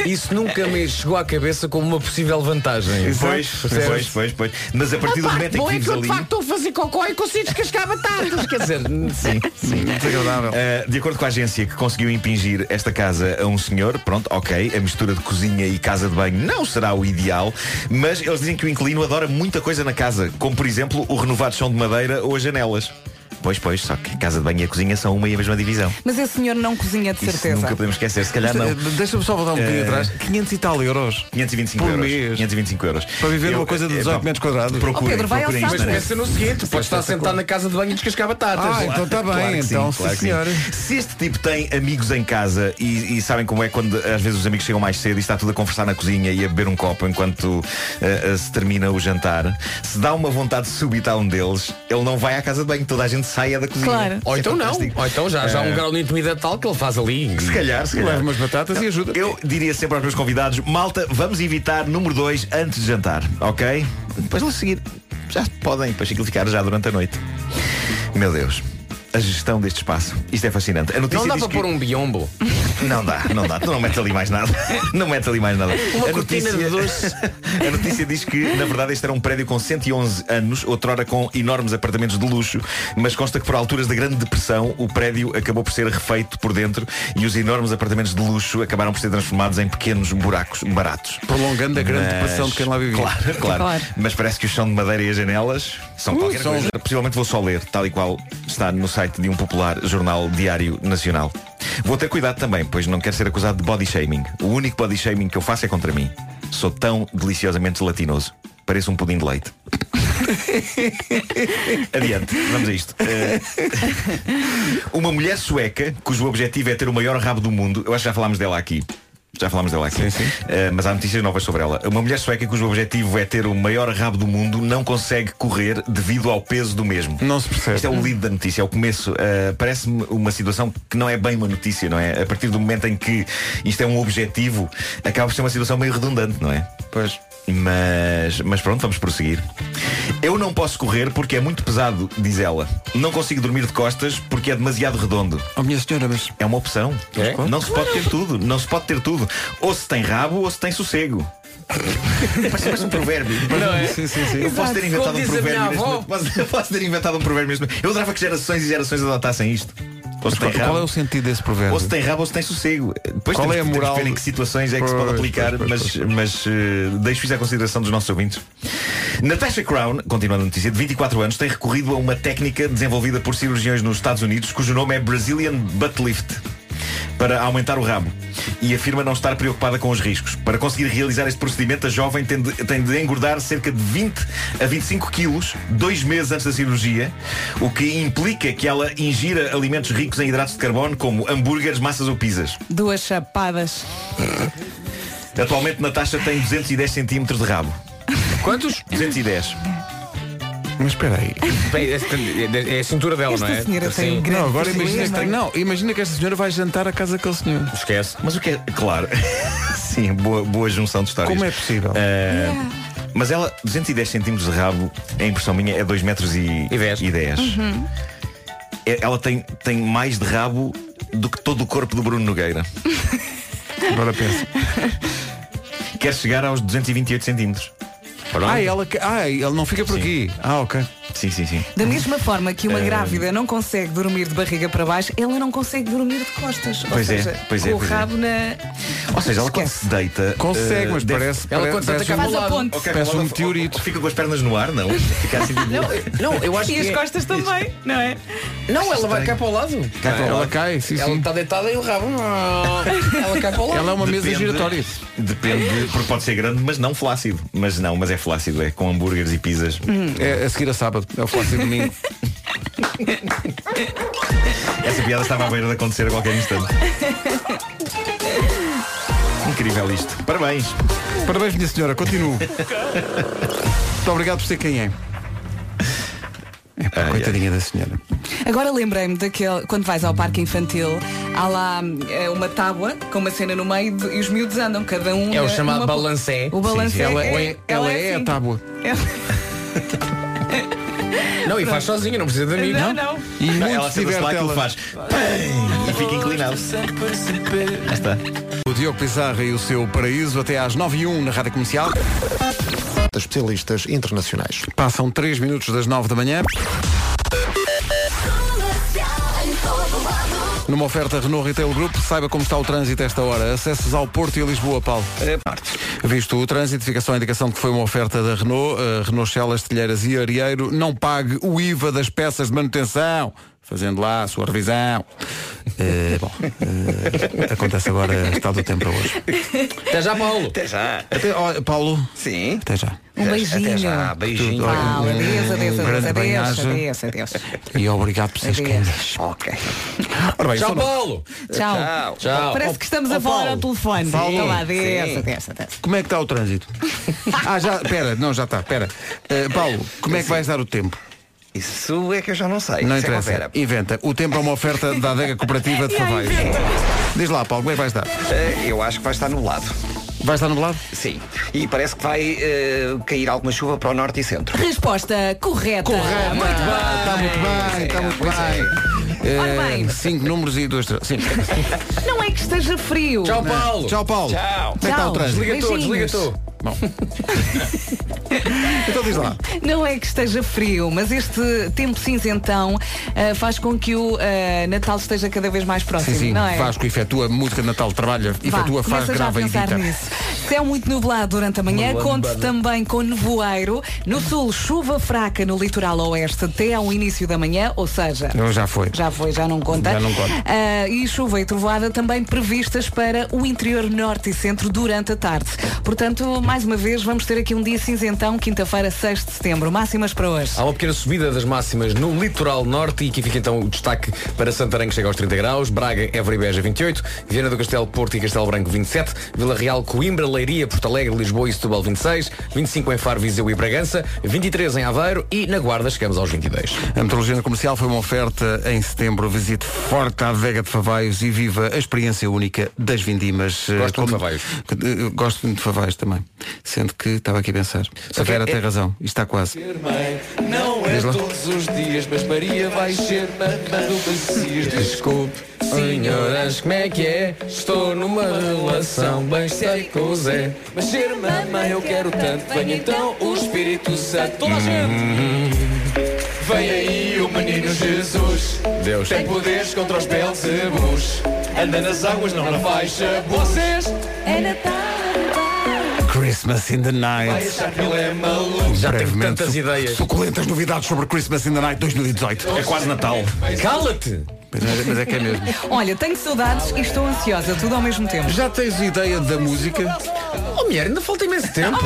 S4: Isso nunca me chegou à cabeça como uma possível vantagem.
S12: Pois,
S4: Percebes?
S12: pois, pois, pois. Mas a partir do momento em
S4: é
S12: que vives ali.
S4: estou a fazer cocó e consigo descascar batatas. Quer dizer,
S12: Sim, sim.
S1: Desagradável.
S12: Eh, de acordo com a agência que conseguiu impingir esta casa a um senhor, pronto, ok, a mistura de cozinha e casa de banho não será o ideal, mas eles dizem que o inquilino adora muita coisa na casa, como por exemplo o renovado chão de madeira ou as janelas. Pois, pois, só que a casa de banho e a cozinha são uma e a mesma divisão.
S3: Mas esse senhor não cozinha de
S12: Isso
S3: certeza.
S12: nunca podemos esquecer, se
S1: é
S12: calhar Ah, não.
S1: Deixa-me só voltar um bocadinho
S12: Eh,
S1: atrás. 500 e tal euros.
S12: 525
S1: Por
S12: euros.
S1: mês.
S12: 525 euros.
S1: Para viver
S12: Eu-
S1: uma coisa de
S12: eh,
S1: 18
S12: pá,
S1: metros quadrados.
S12: procurem,
S3: Oh, Pedro, vai ao
S12: procurem
S3: site.
S12: isto né?
S4: Mas
S12: na net.
S4: pensa no seguinte, podes estar sentado na casa de banho e descascar batatas.
S1: Ah, então está bem,
S12: que
S1: então, sim,
S12: que
S1: senhora.
S12: Se este tipo tem amigos em casa e, e sabem como é quando às vezes os amigos chegam mais cedo e está tudo a conversar na cozinha e a beber um copo enquanto eh, eh, se termina o jantar, se dá uma vontade súbita a um deles, ele não vai à casa de banho, toda a gente saia da cozinha.
S3: Claro.
S4: Ou
S12: Isso é
S4: então não.
S12: fantástico.
S4: Ou então já, já há
S12: Eh,
S4: um grau de intimidade tal que ele faz ali.
S12: se calhar, se calhar.
S1: Leva umas batatas e ajuda.
S12: Eu diria sempre aos meus convidados, malta, vamos evitar número 2 antes de jantar, ok? Depois lá a seguir, já podem para ficar já durante a noite. Meu Deus, a gestão deste espaço. Isto é fascinante. A notícia
S4: Não dá
S12: diz
S4: para
S12: que...
S4: pôr um biombo.
S12: Não dá, não dá. Tu não metes ali mais nada. Não metes ali mais nada.
S4: Uma
S12: A
S4: cortina de doce.
S12: a notícia diz que, na verdade, este era um prédio com 111 anos, outrora com enormes apartamentos de luxo, mas consta que por alturas da Grande Depressão o prédio acabou por ser refeito por dentro e os enormes apartamentos de luxo acabaram por ser transformados em pequenos buracos baratos.
S1: Prolongando a grande
S12: Mas-
S1: depressão de quem lá vivia.
S12: Claro, claro,
S3: Claro.
S12: Mas parece que o chão de madeira e as janelas são
S1: Uh,
S12: qualquer
S1: são-
S12: coisa. Possivelmente vou só ler, tal e qual está no site de um popular jornal diário nacional. Vou ter cuidado também, pois não quero ser acusado de body shaming. O único body shaming que eu faço é contra mim. Sou tão deliciosamente latinoso. Pareço um pudim de leite. Adiante, vamos a isto. Eh, uma mulher sueca, cujo objetivo é ter o maior rabo do mundo, eu acho que já falámos dela aqui. Já falámos dela aqui. Eh, mas há notícias novas sobre ela. Uma mulher sueca cujo objetivo é ter o maior rabo do mundo não consegue correr devido ao peso do mesmo.
S1: Não se
S12: Isto é
S1: percebe.
S12: o lead da notícia, é o começo. Uh, Parece-me uma situação que não é bem uma notícia, não é? A partir do momento em que isto é um objetivo, acaba por ser uma situação meio redundante, não é?
S1: Pois.
S12: Mas, mas pronto, vamos prosseguir. Eu não posso correr porque é muito pesado, diz ela. Não consigo dormir de costas porque é demasiado redondo.
S1: Oh, minha senhora, mas
S12: É uma opção.
S4: É?
S12: Não se pode ter tudo. Não se pode ter tudo. Ou se tem rabo ou se tem sossego. parece, parece um provérbio.
S4: Não é?
S1: Sim, sim, sim.
S12: Eu posso ter inventado
S4: Como
S12: um
S4: diz a
S12: provérbio
S4: minha
S12: neste
S4: avó.
S12: momento. Posso, posso ter inventado um provérbio neste momento. Eu adorava que gerações e gerações adotassem isto. Ou se
S1: Qual,
S12: tem
S1: qual é o
S12: rabo,
S1: sentido desse
S12: ou se
S1: provérbio?
S12: tem rabo ou se tem sossego. Depois
S1: Qual
S12: temos,
S1: é a
S12: que- temos
S1: moral?
S12: que ver em que situações é que se pode
S1: Pois, pois,
S12: aplicar,
S1: pois,
S12: mas,
S1: pois.
S12: mas eh, deixo isso à consideração dos nossos ouvintes. Natasha Crown, continuando a notícia, de 24 anos, tem recorrido a uma técnica desenvolvida por cirurgiões nos Estados Unidos, cujo nome é Brazilian Butt Lift. Para aumentar o rabo e afirma não estar preocupada com os riscos. Para conseguir realizar este procedimento, a jovem tem de, tem de engordar cerca de 20 a 25 quilos dois meses antes da cirurgia, o que implica que ela ingira alimentos ricos em hidratos de carbono, como hambúrgueres, massas ou pizzas.
S3: Duas chapadas.
S12: Atualmente Natasha tem 210 centímetros de rabo.
S4: Quantos?
S12: 210.
S1: Mas espera aí.
S4: Bem, é- é é a cintura dela,
S3: Esta
S4: não é?
S3: senhora tem um
S4: Sim.
S3: grande
S1: Não, agora
S3: problema.
S12: é,
S1: imagina que, não, imagina que esta senhora vai jantar à casa daquele senhor.
S4: Esquece.
S12: Mas o que é. Claro. Sim, boa, boa junção de histórias.
S1: Como é possível?
S12: Eh,
S4: É.
S12: Mas ela, 210 centímetros de rabo, a impressão minha é 2 metros e,
S4: E dez.
S12: dez. É- Ela tem, tem mais de rabo do que todo o corpo do Bruno Nogueira.
S1: Agora pensa.
S12: Quer chegar aos 228 centímetros. Pronto.
S1: Ah, ela, que- ah, ele não fica por
S12: Sim.
S1: aqui. Ah, ok.
S12: Sim, sim, sim.
S3: Da mesma forma que
S12: É.
S3: uma grávida não consegue dormir de barriga para baixo, ela não consegue dormir de costas. Ou
S12: Pois é,
S3: seja,
S12: pois
S3: com
S12: é,
S3: o
S12: pois é.
S3: rabo na.
S12: Ou seja, ela quando se deita. eh,
S1: Consegue, mas parece- parece- parece um- Faz a ponte. parece um
S12: meteorito. Fica com as pernas no ar, não? Fica assim tipo.
S4: Não, eu acho
S3: E
S4: que
S3: as
S4: é-
S3: costas também, não é?
S4: Não, ela vai cá para o lado.
S1: Cai para o
S4: Ela
S1: lado.
S12: tá-
S4: está deitada e o rabo. Ela cai para o lado.
S1: é
S12: Depende- Depende, porque pode ser grande, mas não flácido. Mas não, mas é flácido, é com hambúrgueres e pizzas.
S4: Hum.
S1: É a seguir a sábado, é o flácido domingo.
S12: Essa piada estava à beira de acontecer a qualquer instante. Incrível isto. Parabéns.
S1: Parabéns, minha senhora, continuo. Muito obrigado por ser quem é. Epá, coitadinha da senhora.
S3: Agora lembrei-me daquele, quando vais ao parque infantil, há lá eh, uma tábua com uma cena no meio de- e os miúdos andam, cada um.
S4: É o
S3: na-
S4: chamado
S3: numa-
S4: balancé.
S3: O balancé.
S4: Ela
S3: é,
S4: é, ela é a
S3: assim.
S1: tá
S4: tábua. Não, e faz sozinha, não precisa de amigos.
S3: Não, não.
S12: E
S4: muito
S12: ela
S4: se
S12: senta-se
S4: diverte
S12: lá e aquilo
S4: ela.
S12: faz. Pim! E fica inclinado. Já está.
S1: O Diogo Pizarra e o seu paraíso até às 9 e 1 na Rádio Comercial.
S9: Especialistas internacionais.
S1: Passam 3 minutos das 9 da manhã. Numa oferta Renault Retail Group, saiba como está o trânsito a esta hora. Acessos ao Porto e a Lisboa, Paulo. Visto o trânsito, fica só a indicação de que foi uma oferta da Renault, eh, Renault Celas, Telheiras e Arieiro. Não pague o IVA das peças de manutenção, fazendo lá a sua revisão. Eh, bom, eh, acontece agora está do tempo para hoje.
S4: Até já, Paulo.
S2: Até já.
S1: Até, ó, Paulo.
S2: Sim.
S1: Até já.
S12: É,
S3: Um beijinho.
S2: Até já. Beijinho.
S3: Pau, adeus, adeus, adeus,
S1: grande
S3: adeus,
S1: banhagem.
S3: adeus, adeus.
S1: E obrigado por seres quem és.
S2: Ok.
S1: Ora bem,
S3: Tchau,
S1: só no-
S4: Paulo.
S3: Tchau.
S1: Tchau.
S3: Parece que estamos a falar ao telefone.
S1: Paulo.
S3: Então,
S1: Sim,
S3: adeus,
S1: sim.
S3: adeus, adeus.
S1: Como é que está o trânsito? ah, já, pera, não, já está, pera. Eh, Paulo, como é que vais dar o tempo?
S2: Isso é que eu já não sei.
S1: Não
S2: Isso é com a
S1: interessa,
S2: Vera.
S1: inventa. O tempo é uma oferta da adega cooperativa de Favais. Diz lá, Paulo, como é que vais dar?
S2: Eh, Eu acho que vai estar nublado.
S1: Vai estar nublado?
S2: Sim. E parece que vai eh, cair alguma chuva para o norte e centro.
S3: Resposta correta. Correta. é Muito bem.
S1: Está muito bem,
S2: é,
S4: Eh,
S1: está tá muito
S4: é.
S1: bem.
S3: Ora
S1: Eh,
S3: bem.
S1: cinco números e duas. tra- Sim.
S3: Não é que esteja frio.
S4: Tchau,
S1: Não.
S4: Paulo.
S1: Tchau, Paulo.
S4: Tchau.
S1: Como é que está o trânsito?
S4: Desliga tu, desliga
S3: Beijinhos.
S4: tu.
S1: Bom. então diz lá.
S3: Não é que esteja frio, mas este tempo cinzentão ah, faz com que o ah, Natal esteja cada vez mais próximo,
S1: Sim, sim,
S3: não é?
S1: Vasco efetua música de Natal, trabalha,
S3: Vá,
S1: efetua, faz,
S3: começa já a
S1: grava,
S3: pensar
S1: edita.
S3: nisso. Céu muito nublado durante a manhã,
S1: Nublado,
S3: conte
S1: nublado.
S3: também com nevoeiro. No sul, chuva fraca no litoral oeste até ao início da manhã, ou seja,
S1: Não, Então já foi.
S3: já foi, já não conta.
S1: Já não conta.
S3: Ah, e chuva e trovoada também previstas para o interior norte e centro durante a tarde. Portanto, mais uma vez, vamos ter aqui um dia cinzentão, quinta-feira, 6 de setembro. Máximas para hoje.
S4: Há uma pequena subida das máximas no litoral norte e aqui fica então o destaque para Santarém que chega aos 30 graus, Braga, Évora e Beja 28, Viana do Castelo, Porto e Castelo Branco 27, Vila Real, Coimbra, Leiria, Porto Alegre, Lisboa e Setúbal 26, 25 em Faro, Viseu e Bragança, 23 em Aveiro e na Guarda chegamos aos 22.
S1: A metrologia comercial foi uma oferta em setembro. Visite forte a Vega de Favaios e viva a experiência única das vindimas.
S4: Gosto
S1: Eh,
S4: de Favaios.
S1: que- eh, Gosto muito de Favaios também. Sendo que estava aqui a pensar.
S4: Só
S1: a
S4: que
S1: Vera
S4: é-
S1: tem razão. Isto está quase.
S13: Não é todos os dias, mas Maria vai ser mamã do Messias. Desculpe,
S4: Senhoras, como é que é? Estou numa relação bem séria com o Zé.
S13: mas ser mamã eu quero tanto. Venha então o Espírito Santo. Toda a gente! Vem aí o menino Jesus.
S4: Deus.
S13: Tem poderes contra os belzebus. Anda nas águas, não na faixa. Vocês! É Natal!
S1: Christmas in the
S13: Vai
S1: Night.
S13: achar que ele é maluco.
S1: Já teve tantas ideias. Suculentas novidades sobre Christmas in the Night 2018.
S12: É quase Natal.
S4: Cala-te!
S1: Mas é que é mesmo.
S3: Olha, tenho saudades e estou ansiosa, tudo ao mesmo tempo.
S1: Já tens ideia da música?
S4: Oh, mulher, ainda falta imenso tempo.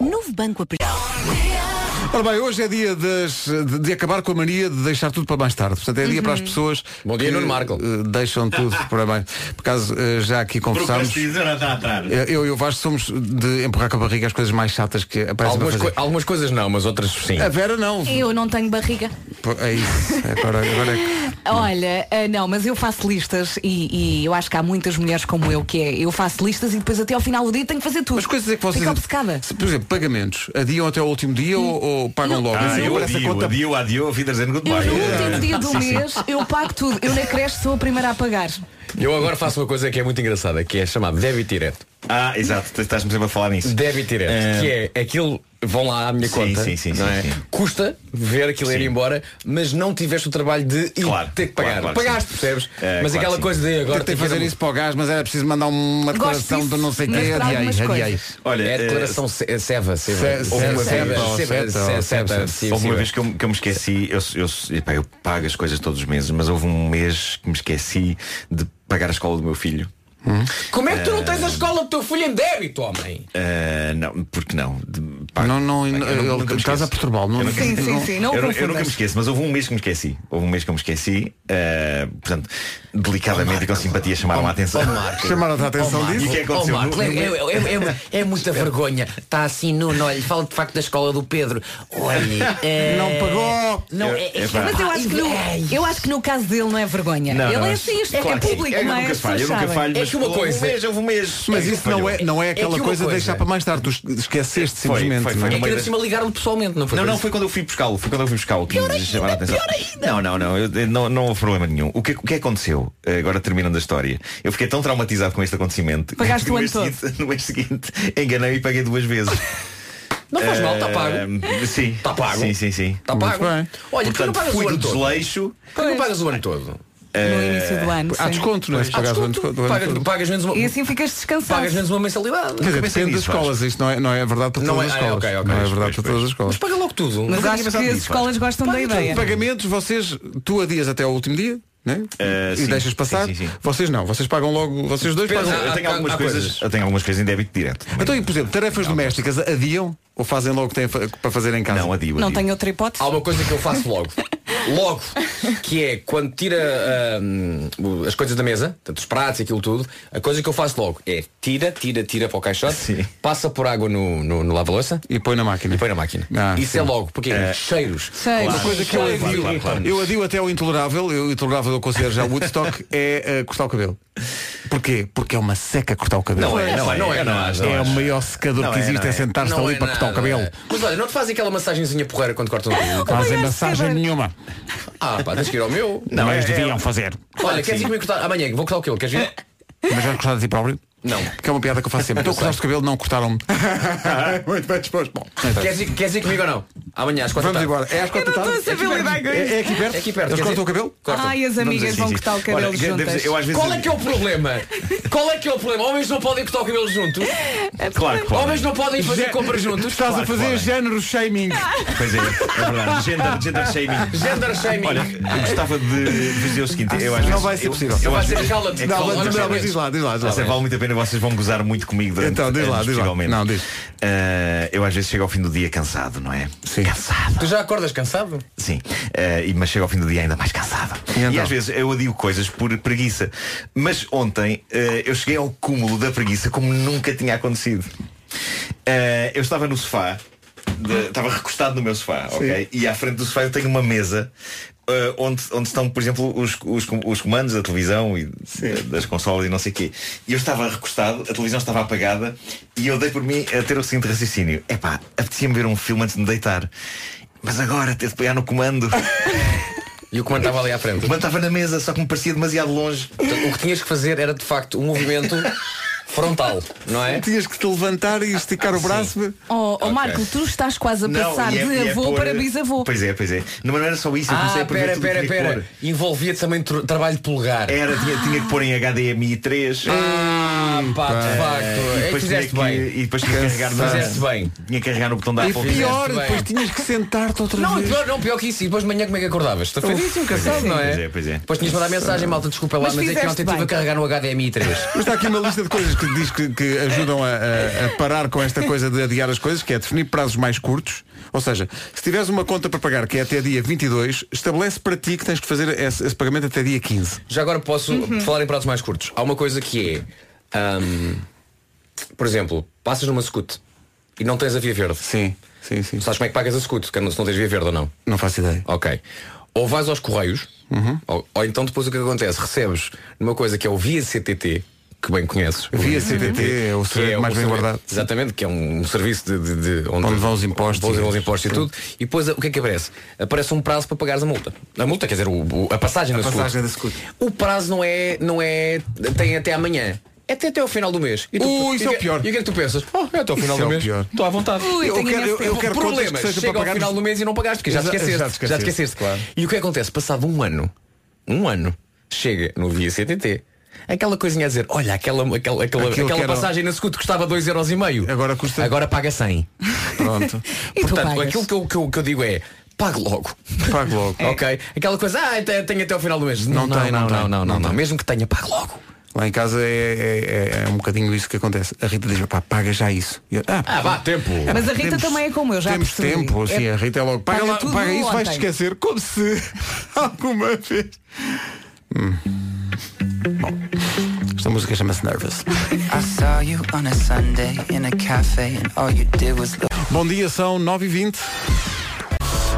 S10: Novo banco a
S1: Ora bem, hoje é dia das- de, de acabar com a mania de deixar tudo para mais tarde. Portanto, é dia
S12: Uhum.
S1: para as pessoas Bom dia, que
S4: Nuno Marco.
S1: eh, deixam tudo para mais. Por acaso, eh, já aqui
S12: um
S1: conversámos. Eh, Eu e o Vasco somos de empurrar com a barriga as coisas mais chatas que aparecem
S4: Algumas,
S1: para fazer.
S4: coi- algumas coisas não, mas outras sim.
S13: É.
S1: A Vera não.
S3: Eu não tenho barriga.
S1: Pô, É isso. Agora, agora é que...
S3: Olha, ah, não, mas eu faço listas e, e eu acho que há muitas mulheres como eu que é. Eu faço listas e depois até ao final do dia tenho que fazer tudo. Mas coisas
S1: é que vocês-
S3: Fico obcecada.
S1: Se, por exemplo, pagamentos. Adiam até ao último dia ou, ou pagam logo?
S12: Ah, eu
S1: Parece a
S12: adio,
S1: conta-
S12: adio, adio, vida dizendo
S3: Eu
S12: goodbye.
S3: no último dia do
S12: Sim, sim.
S3: mês eu pago tudo. Eu na creche sou a primeira a pagar.
S4: Eu agora faço uma coisa que é muito engraçada, que é chamado débito direto.
S12: Ah, exato, estás-me sempre a falar nisso.
S4: Débito direto,
S12: Eh,
S4: que é aquilo, vão lá à minha
S12: Sim,
S4: conta.
S12: sim, sim,
S4: não
S12: sim,
S4: é?
S12: sim.
S4: Custa ver aquilo ir embora, mas não tiveste o trabalho de ir ter que pagar.
S1: claro,
S4: Pagaste,
S1: sim.
S4: percebes?
S1: É,
S12: Eh,
S4: mas
S1: claro,
S4: aquela
S1: sim.
S4: coisa de agora
S1: Tentei
S4: tem que
S1: fazer
S4: ir-
S1: isso para o gás, mas era preciso mandar uma declaração de não sei quê. Adiais, adiais.
S12: eh,
S4: é a declaração se- seva, é seva.
S12: Houve uma
S4: Seva,
S12: vez-
S4: seva, seva, seva, sim,
S12: Houve uma
S4: sim.
S12: vez que eu, que eu me esqueci, eu, eu- epá, eu pago as coisas todos os meses, mas houve um mês que me esqueci de pagar a escola do meu filho.
S4: Como é que tu não
S12: Eh,
S4: tens a escola do teu filho em débito, homem?
S12: Ah, não, porque não? De- pá,
S1: Não, não, eh,
S12: eu
S1: ele-
S12: nunca me
S1: estás
S12: esqueço.
S1: a perturbá-lo, não- é?
S12: Eu nunca-
S1: Sim, sim,
S12: não-
S1: sim, não o
S12: eu, eu
S1: confundas.
S12: nunca me esqueço, mas houve um mês que me esqueci. Houve um mês que eu me esqueci. ah, portanto, delicadamente e com simpatia chamaram a atenção.
S1: Chamaram-te a atenção
S12: E
S1: disso?
S12: o que é
S4: Oh,
S12: que aconteceu? No- no-
S14: é, muita vergonha. Está assim nu, não lhe falo de facto da escola do Pedro. Olha, eh,
S3: Não pagou.
S14: Não, é, é,
S3: Mas eu acho, que no, eu acho que no caso dele não é vergonha.
S14: Não,
S3: Ele
S14: não,
S3: é
S14: é-
S3: assim, isto
S14: claro
S3: é
S14: que sim.
S3: público,
S14: Eu
S3: não é?
S14: nunca
S3: As
S14: falho,
S3: pessoas
S14: eu nunca
S3: sabem.
S14: falho, mas-
S12: É que uma
S1: Houve
S12: coisa- houve um mês.
S1: Mas
S12: É que
S1: isso não
S12: falhou.
S1: é, não é
S12: É
S1: aquela
S12: que uma
S1: coisa de
S12: coisa-
S1: deixar para mais tarde. Tu es- esqueceste
S12: Foi,
S1: simplesmente.
S12: foi, foi.
S1: não
S12: É que ainda por cima
S14: ligaram-lhe pessoalmente, não
S12: foi? Não, não, foi quando eu fui buscá-lo. Foi quando eu fui buscá-lo que me chamaram a atenção. Não, não, não, eu- eu- não. Não houve problema nenhum. O que, o que aconteceu, eh, agora terminando a história, eu fiquei tão traumatizado com este acontecimento.
S13: Pagaste
S12: que
S13: o
S12: no
S13: ano
S12: mês
S13: todo.
S12: seguinte- No mês seguinte, enganei e paguei duas vezes.
S13: Não faz mal,
S12: Eh,
S13: tá pago.
S12: Sim.
S13: Tá pago.
S12: Sim, sim, sim.
S13: Tá pago. Muito bem. Olha, porque não
S12: Portanto,
S13: pagas o
S12: fui
S13: ano
S12: do
S13: todo?
S12: desleixo.
S4: Porque não pagas o ano todo?
S12: No início do ano, Há sim. desconto, não é? Se
S4: Há
S1: pagares o ano
S4: desconto.
S1: todo, o ano
S4: Pagas-
S1: todo.
S4: Pagas menos uma...
S3: E assim ficas descansado.
S4: Pagas menos uma mensalidade.
S1: Quer dizer, depende das escolas, isto não é, não é verdade para
S4: Não é-
S1: todas as
S4: ah,
S1: escolas.
S4: ok, ok.
S1: não é
S4: Pois,
S1: verdade para todas as escolas.
S4: Paga logo tudo.
S3: Mas acho que as escolas gostam da ideia.
S1: Pagamentos, vocês, tu adias até ao último dia, né? e
S12: Ah, sim,
S1: deixas passar.
S12: sim, sim, sim.
S1: Vocês não, vocês pagam logo, vocês dois
S12: Depende,
S1: pagam.
S12: eu tenho algumas coisas, eu tenho algumas coisas em débito direto.
S1: Então, e por exemplo, tarefas domésticas adiam ou fazem logo o que têm fa- para fazer em casa?
S12: Não, adio,
S3: Não tenho outra hipótese.
S4: Há uma coisa que eu faço logo. Logo, que é quando tira ah, hum, as coisas da mesa, portanto, os pratos e aquilo tudo, a coisa que eu faço logo é tira, tira, tira para o caixote, passa por água no, no, no lava-louça
S1: e põe na máquina.
S4: E põe na máquina.
S1: Ah,
S4: Isso
S1: sim.
S4: é logo, porque
S1: É.
S4: cheiros.
S1: Uma coisa que eu adio, eu adio até ao intolerável, eu, o intolerável eu considero já Woodstock, é eh, cortar o cabelo. Porquê? Porque é uma seca cortar o cabelo.
S4: Não é, não é, não é, não é, não
S1: É
S4: é.
S1: o maior secador
S4: Não
S1: que
S4: é,
S1: existe,
S4: não
S1: é,
S4: é.
S1: sentar-se
S4: Não
S1: ali
S4: é
S1: para cortar o
S4: nada.
S1: cabelo.
S4: Mas olha, não te fazem aquela massagenzinha porreira quando cortam o cabelo?
S1: Não fazem massagem nenhuma.
S4: Ah, pá, tens que ir ao meu.
S1: Não, eles deviam
S4: é-
S1: fazer.
S4: Olha, queres ir comigo cortar? Amanhã, vou cortar o cabelo, queres vir?
S1: Mas já cortaram de ti próprio?
S4: Não.
S1: Que é uma piada que eu faço sempre. Então cortaste o cabelo, não cortaram-me. Muito bem disposto. Bom,
S12: Então.
S4: Queres ir, queres ir comigo ou não? Amanhã, às quatro da
S1: Vamos
S4: tarde.
S1: embora. É às quatro da Eu não tarde? estou a saber lidar com isto.
S4: É, é aqui perto?
S1: É aqui perto.
S4: Eles
S1: Quer
S4: cortam o
S1: dizer-
S4: cabelo?
S3: Ai, as amigas vão cortar o cabelo juntas.
S4: Qual é que é o problema? Qual é que é o problema? Homens não podem cortar o cabelo juntos?
S12: Claro que
S13: Oh,
S12: podem.
S4: Homens não podem fazer
S1: Gé-
S4: compras juntos?
S1: Estás
S4: Claro
S1: a
S4: que
S1: fazer
S4: podem.
S1: género shaming.
S12: Pois é, é verdade. Gender, gender shaming.
S4: Gender shaming.
S12: Olha, eu gostava de vos dizer o seguinte.
S13: Ah,
S12: Eu às
S1: Não
S12: vezes-
S1: vai ser
S12: eu-
S1: possível.
S12: Eu,
S1: Vai
S12: às
S1: ser
S12: vezes-
S1: cala-te.
S12: é que
S1: Não,
S12: vale
S1: mas-
S12: muito a
S1: não,
S12: pena.
S1: mas diz lá, diz lá, diz lá.
S12: Essa é vale muito a pena, vocês vão gozar muito comigo durante
S1: Então, diz lá,
S12: anos,
S1: diz lá.
S12: possivelmente.
S1: Não, diz.
S12: Eh, eu às vezes chego ao fim do dia cansado, não é? Cansado.
S4: Tu já acordas cansado?
S12: Sim, eh, e mas chega ao fim do dia ainda mais cansada.
S1: então?
S12: E, às vezes eu adio coisas por preguiça. Mas ontem eh, eu cheguei ao cúmulo da preguiça como nunca tinha acontecido. Eh, eu estava no sofá, de- estava recostado no meu sofá, ok? E à frente do sofá eu tenho uma mesa. eh, onde, onde estão, por exemplo, os, os, com- os comandos da televisão e eh, das consolas e não sei o quê. E eu estava recostado, a televisão estava apagada e eu dei por mim a ter o seguinte raciocínio. Epá, apetecia-me ver um filme antes de me deitar. Mas agora, ter de pegar no comando.
S4: E o comando estava ali à frente. O
S12: comando estava na mesa, só que me parecia demasiado longe.
S4: O que tinhas que fazer era de facto um movimento frontal, não é?
S1: Tinhas que te levantar e esticar o braço.
S3: Oh, oh,
S12: Ok.
S3: Marco, tu estás quase a passar
S12: e é- e
S3: de
S12: é
S3: avô
S12: pôr-
S3: para bisavô.
S12: Pois é, pois é. Não, mas não era só isso, eu comecei
S4: Ah,
S12: a prever
S4: pera,
S12: tudo o que
S4: pera,
S12: tinha que
S4: pera. Envolvia também tr- trabalho de polegar.
S12: pôr. Era, tinha, tinha que pôr em HDMI 3.
S4: Ah, pá, de facto.
S12: Eh,
S4: É que
S12: depois
S4: fizeste
S12: tinha que-
S4: bem.
S12: E depois tinha que carregar no-
S4: Fizeste bem.
S12: Tinha que carregar no botão da
S1: E
S12: Apple.
S1: pior,
S12: Fizeste bem.
S1: depois tinhas que sentar-te outra
S4: Não,
S1: vez.
S4: pior, não, pior que isso. E depois de manhã como é que acordavas? Está
S1: Uf,
S4: feito
S1: pois
S4: cansado,
S1: é,
S4: não
S12: pois é, pois é.
S4: Depois tinhas mandado mensagem, malta, desculpa lá,
S1: Mas
S4: mas, é que
S1: fizeste
S4: ontem estive
S1: bem.
S4: a carregar no HDMI 3.
S1: Mas está aqui uma lista de coisas que diz que, que ajudam a, a- a parar com esta coisa de adiar as coisas, que é definir prazos mais curtos. Ou seja, se tiveres uma conta para pagar que é até dia 22, estabelece para ti que tens que fazer esse, esse pagamento até dia 15.
S4: Já agora posso
S1: Uhum.
S4: falar em prazos mais curtos. Há uma coisa que é, ahm, por exemplo, passas numa scoot e não tens a via verde.
S1: Sim, sim, sim.
S4: Sabes como é que pagas a scoot, que não- se não tens via verde ou não?
S1: Não faço ideia.
S4: Ok. Ou vais
S12: Uhum.
S4: é aos correios, ou, ou então depois o que acontece? Recebes numa coisa que é o via CTT, que bem conheces.
S1: Via CTT, é o
S4: que
S1: segredo mais
S4: o
S1: bem
S4: servi-
S1: guardado.
S4: Exatamente, que é um serviço de, de- de-
S1: Onde vão os impostos
S4: onde vão os
S1: e-
S4: impostos e tudo. E depois o que é que aparece? Aparece um prazo para pagares a multa. A multa, quer dizer, o- o- a passagem
S1: A
S4: da
S1: passagem
S4: Scoot.
S1: da Scoot.
S4: O prazo não é, não é. tem até amanhã. É até, até ao final do mês. E
S1: Uh, isso
S4: e
S1: é o
S4: que-
S1: pior.
S4: E o que é que tu pensas? Oh, é até ao
S1: Isso
S4: final
S1: é
S4: do
S1: o
S4: mês.
S1: pior.
S4: Estou à vontade.
S1: Ui, tenho esse problema.
S4: problemas.
S1: que seja para
S4: Chega ao
S1: pagarmos-
S4: final do mês e não pagaste, porque já te
S1: Exa-
S4: esqueceste.
S1: já te esqueceste,
S4: Já te esqueceste.
S1: claro.
S4: E o que acontece? Passado um ano, um ano, chega no Via CTT, aquela coisinha a dizer, olha, aquela, aquela, aquela,
S1: Aquilo que
S4: aquela
S1: era-
S4: passagem na Scoot custava 2,5€. Agora custa. Agora paga 100.
S1: Pronto.
S3: E tu
S4: Portanto,
S3: pagas.
S4: aquilo que eu, que eu- que eu digo é. Pague logo.
S1: Pague logo.
S12: É
S4: Ok. Aquela coisa, ah, até- tenho até ao final do mês.
S1: Não
S4: É. não,
S1: tem,
S4: não,
S1: não tem,
S4: não, não, não,
S1: não
S4: não.
S1: tem.
S4: Mesmo que tenha, pague logo.
S1: Lá em casa é, é- é- é um bocadinho isso que acontece. A Rita diz, pá, paga já isso. E eu,
S4: Ah, vá, tempo.
S3: Mas a Rita também é como eu, já
S1: Temos
S3: percebi.
S1: tempo, assim,
S3: É-
S1: a Rita é logo. Paga,
S3: paga
S1: lá,
S3: tudo
S1: paga isso, vais te
S3: ontem.
S1: esquecer. Como se alguma vez. Hum. Bom, esta música chama-se Nervous.
S13: I saw you on a Sunday in a cafe and all you did was look.
S1: Bom dia, são 9h20.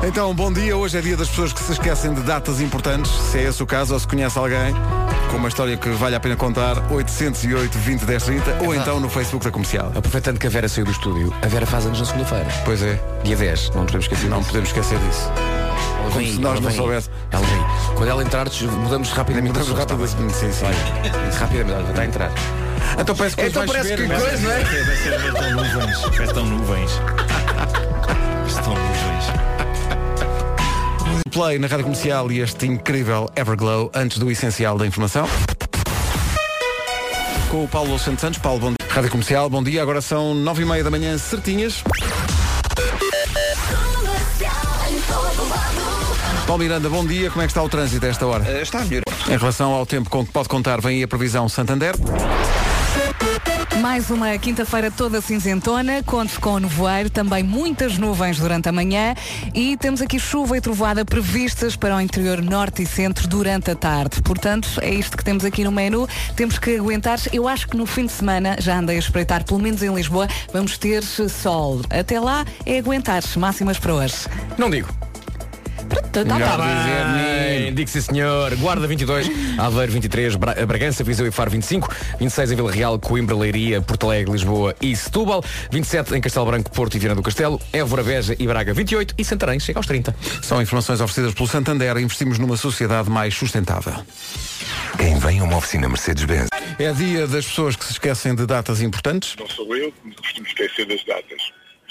S1: Então, bom dia. Hoje é dia das pessoas que se esquecem de datas importantes. Se é esse o caso ou se conhece alguém com uma história que vale a pena contar, 808 20 10 30 ou então no Facebook da Comercial.
S4: Aproveitando que a Vera saiu do estúdio, a Vera faz anos na segunda-feira.
S1: Ah, Pois é.
S4: Dia 10, não nos podemos esquecer
S1: Não
S4: disso.
S1: podemos esquecer disso.
S4: Ela
S1: Como
S4: vem,
S1: se nós
S4: ela
S1: não
S4: vem.
S1: soubéssemos.
S4: Ela vem. Quando ela entrar, des- mudamos rapidamente.
S1: Mudamos
S4: de assunto.
S1: rapidamente, sim, sim.
S4: Vai. Rapidamente, ela está a entrar.
S1: Então parece que hoje vai chover, mas-
S4: é?
S12: Estão nuvens. Estão nuvens. Estão nuvens.
S1: Play na Rádio Comercial e este incrível Everglow antes do essencial da informação. Com o Paulo Santos Santos. Paulo, bom dia. Rádio Comercial, bom dia. Agora são nove e meia da manhã, certinhas. Paulo Miranda, bom dia. Como é que está o trânsito a esta hora?
S4: Eh,
S2: Está a melhorar.
S1: Em relação ao tempo com que pode contar, vem aí a previsão Santander.
S3: Mais uma quinta-feira toda cinzentona, conto com o nevoeiro, também muitas nuvens durante a manhã e temos aqui chuva e trovoada previstas para o interior norte e centro durante a tarde. Portanto, é isto que temos aqui no menu. Temos que aguentar. Eu acho que no fim de semana, já andei a espreitar, pelo menos em Lisboa, vamos ter sol. Até lá é aguentar. Máximas para hoje.
S4: Não digo.
S3: Tá
S4: Melhor
S3: bem.
S4: dizer nem. Digo-se senhor. Guarda 22, Aveiro 23, Bra- Bragança, Viseu e Faro 25, 26 em Vila Real, Coimbra, Leiria, Porto Alegre, Lisboa e Setúbal, 27 em Castelo Branco, Porto e Viana do Castelo, Évora, Beja e Braga 28 e Santarém chega aos 30.
S1: São informações oferecidas pelo Santander. Investimos numa sociedade mais sustentável.
S15: Quem vem a uma oficina Mercedes-Benz.
S1: É dia das pessoas que se esquecem de datas importantes.
S16: Não sou eu que me costumo esquecer das datas.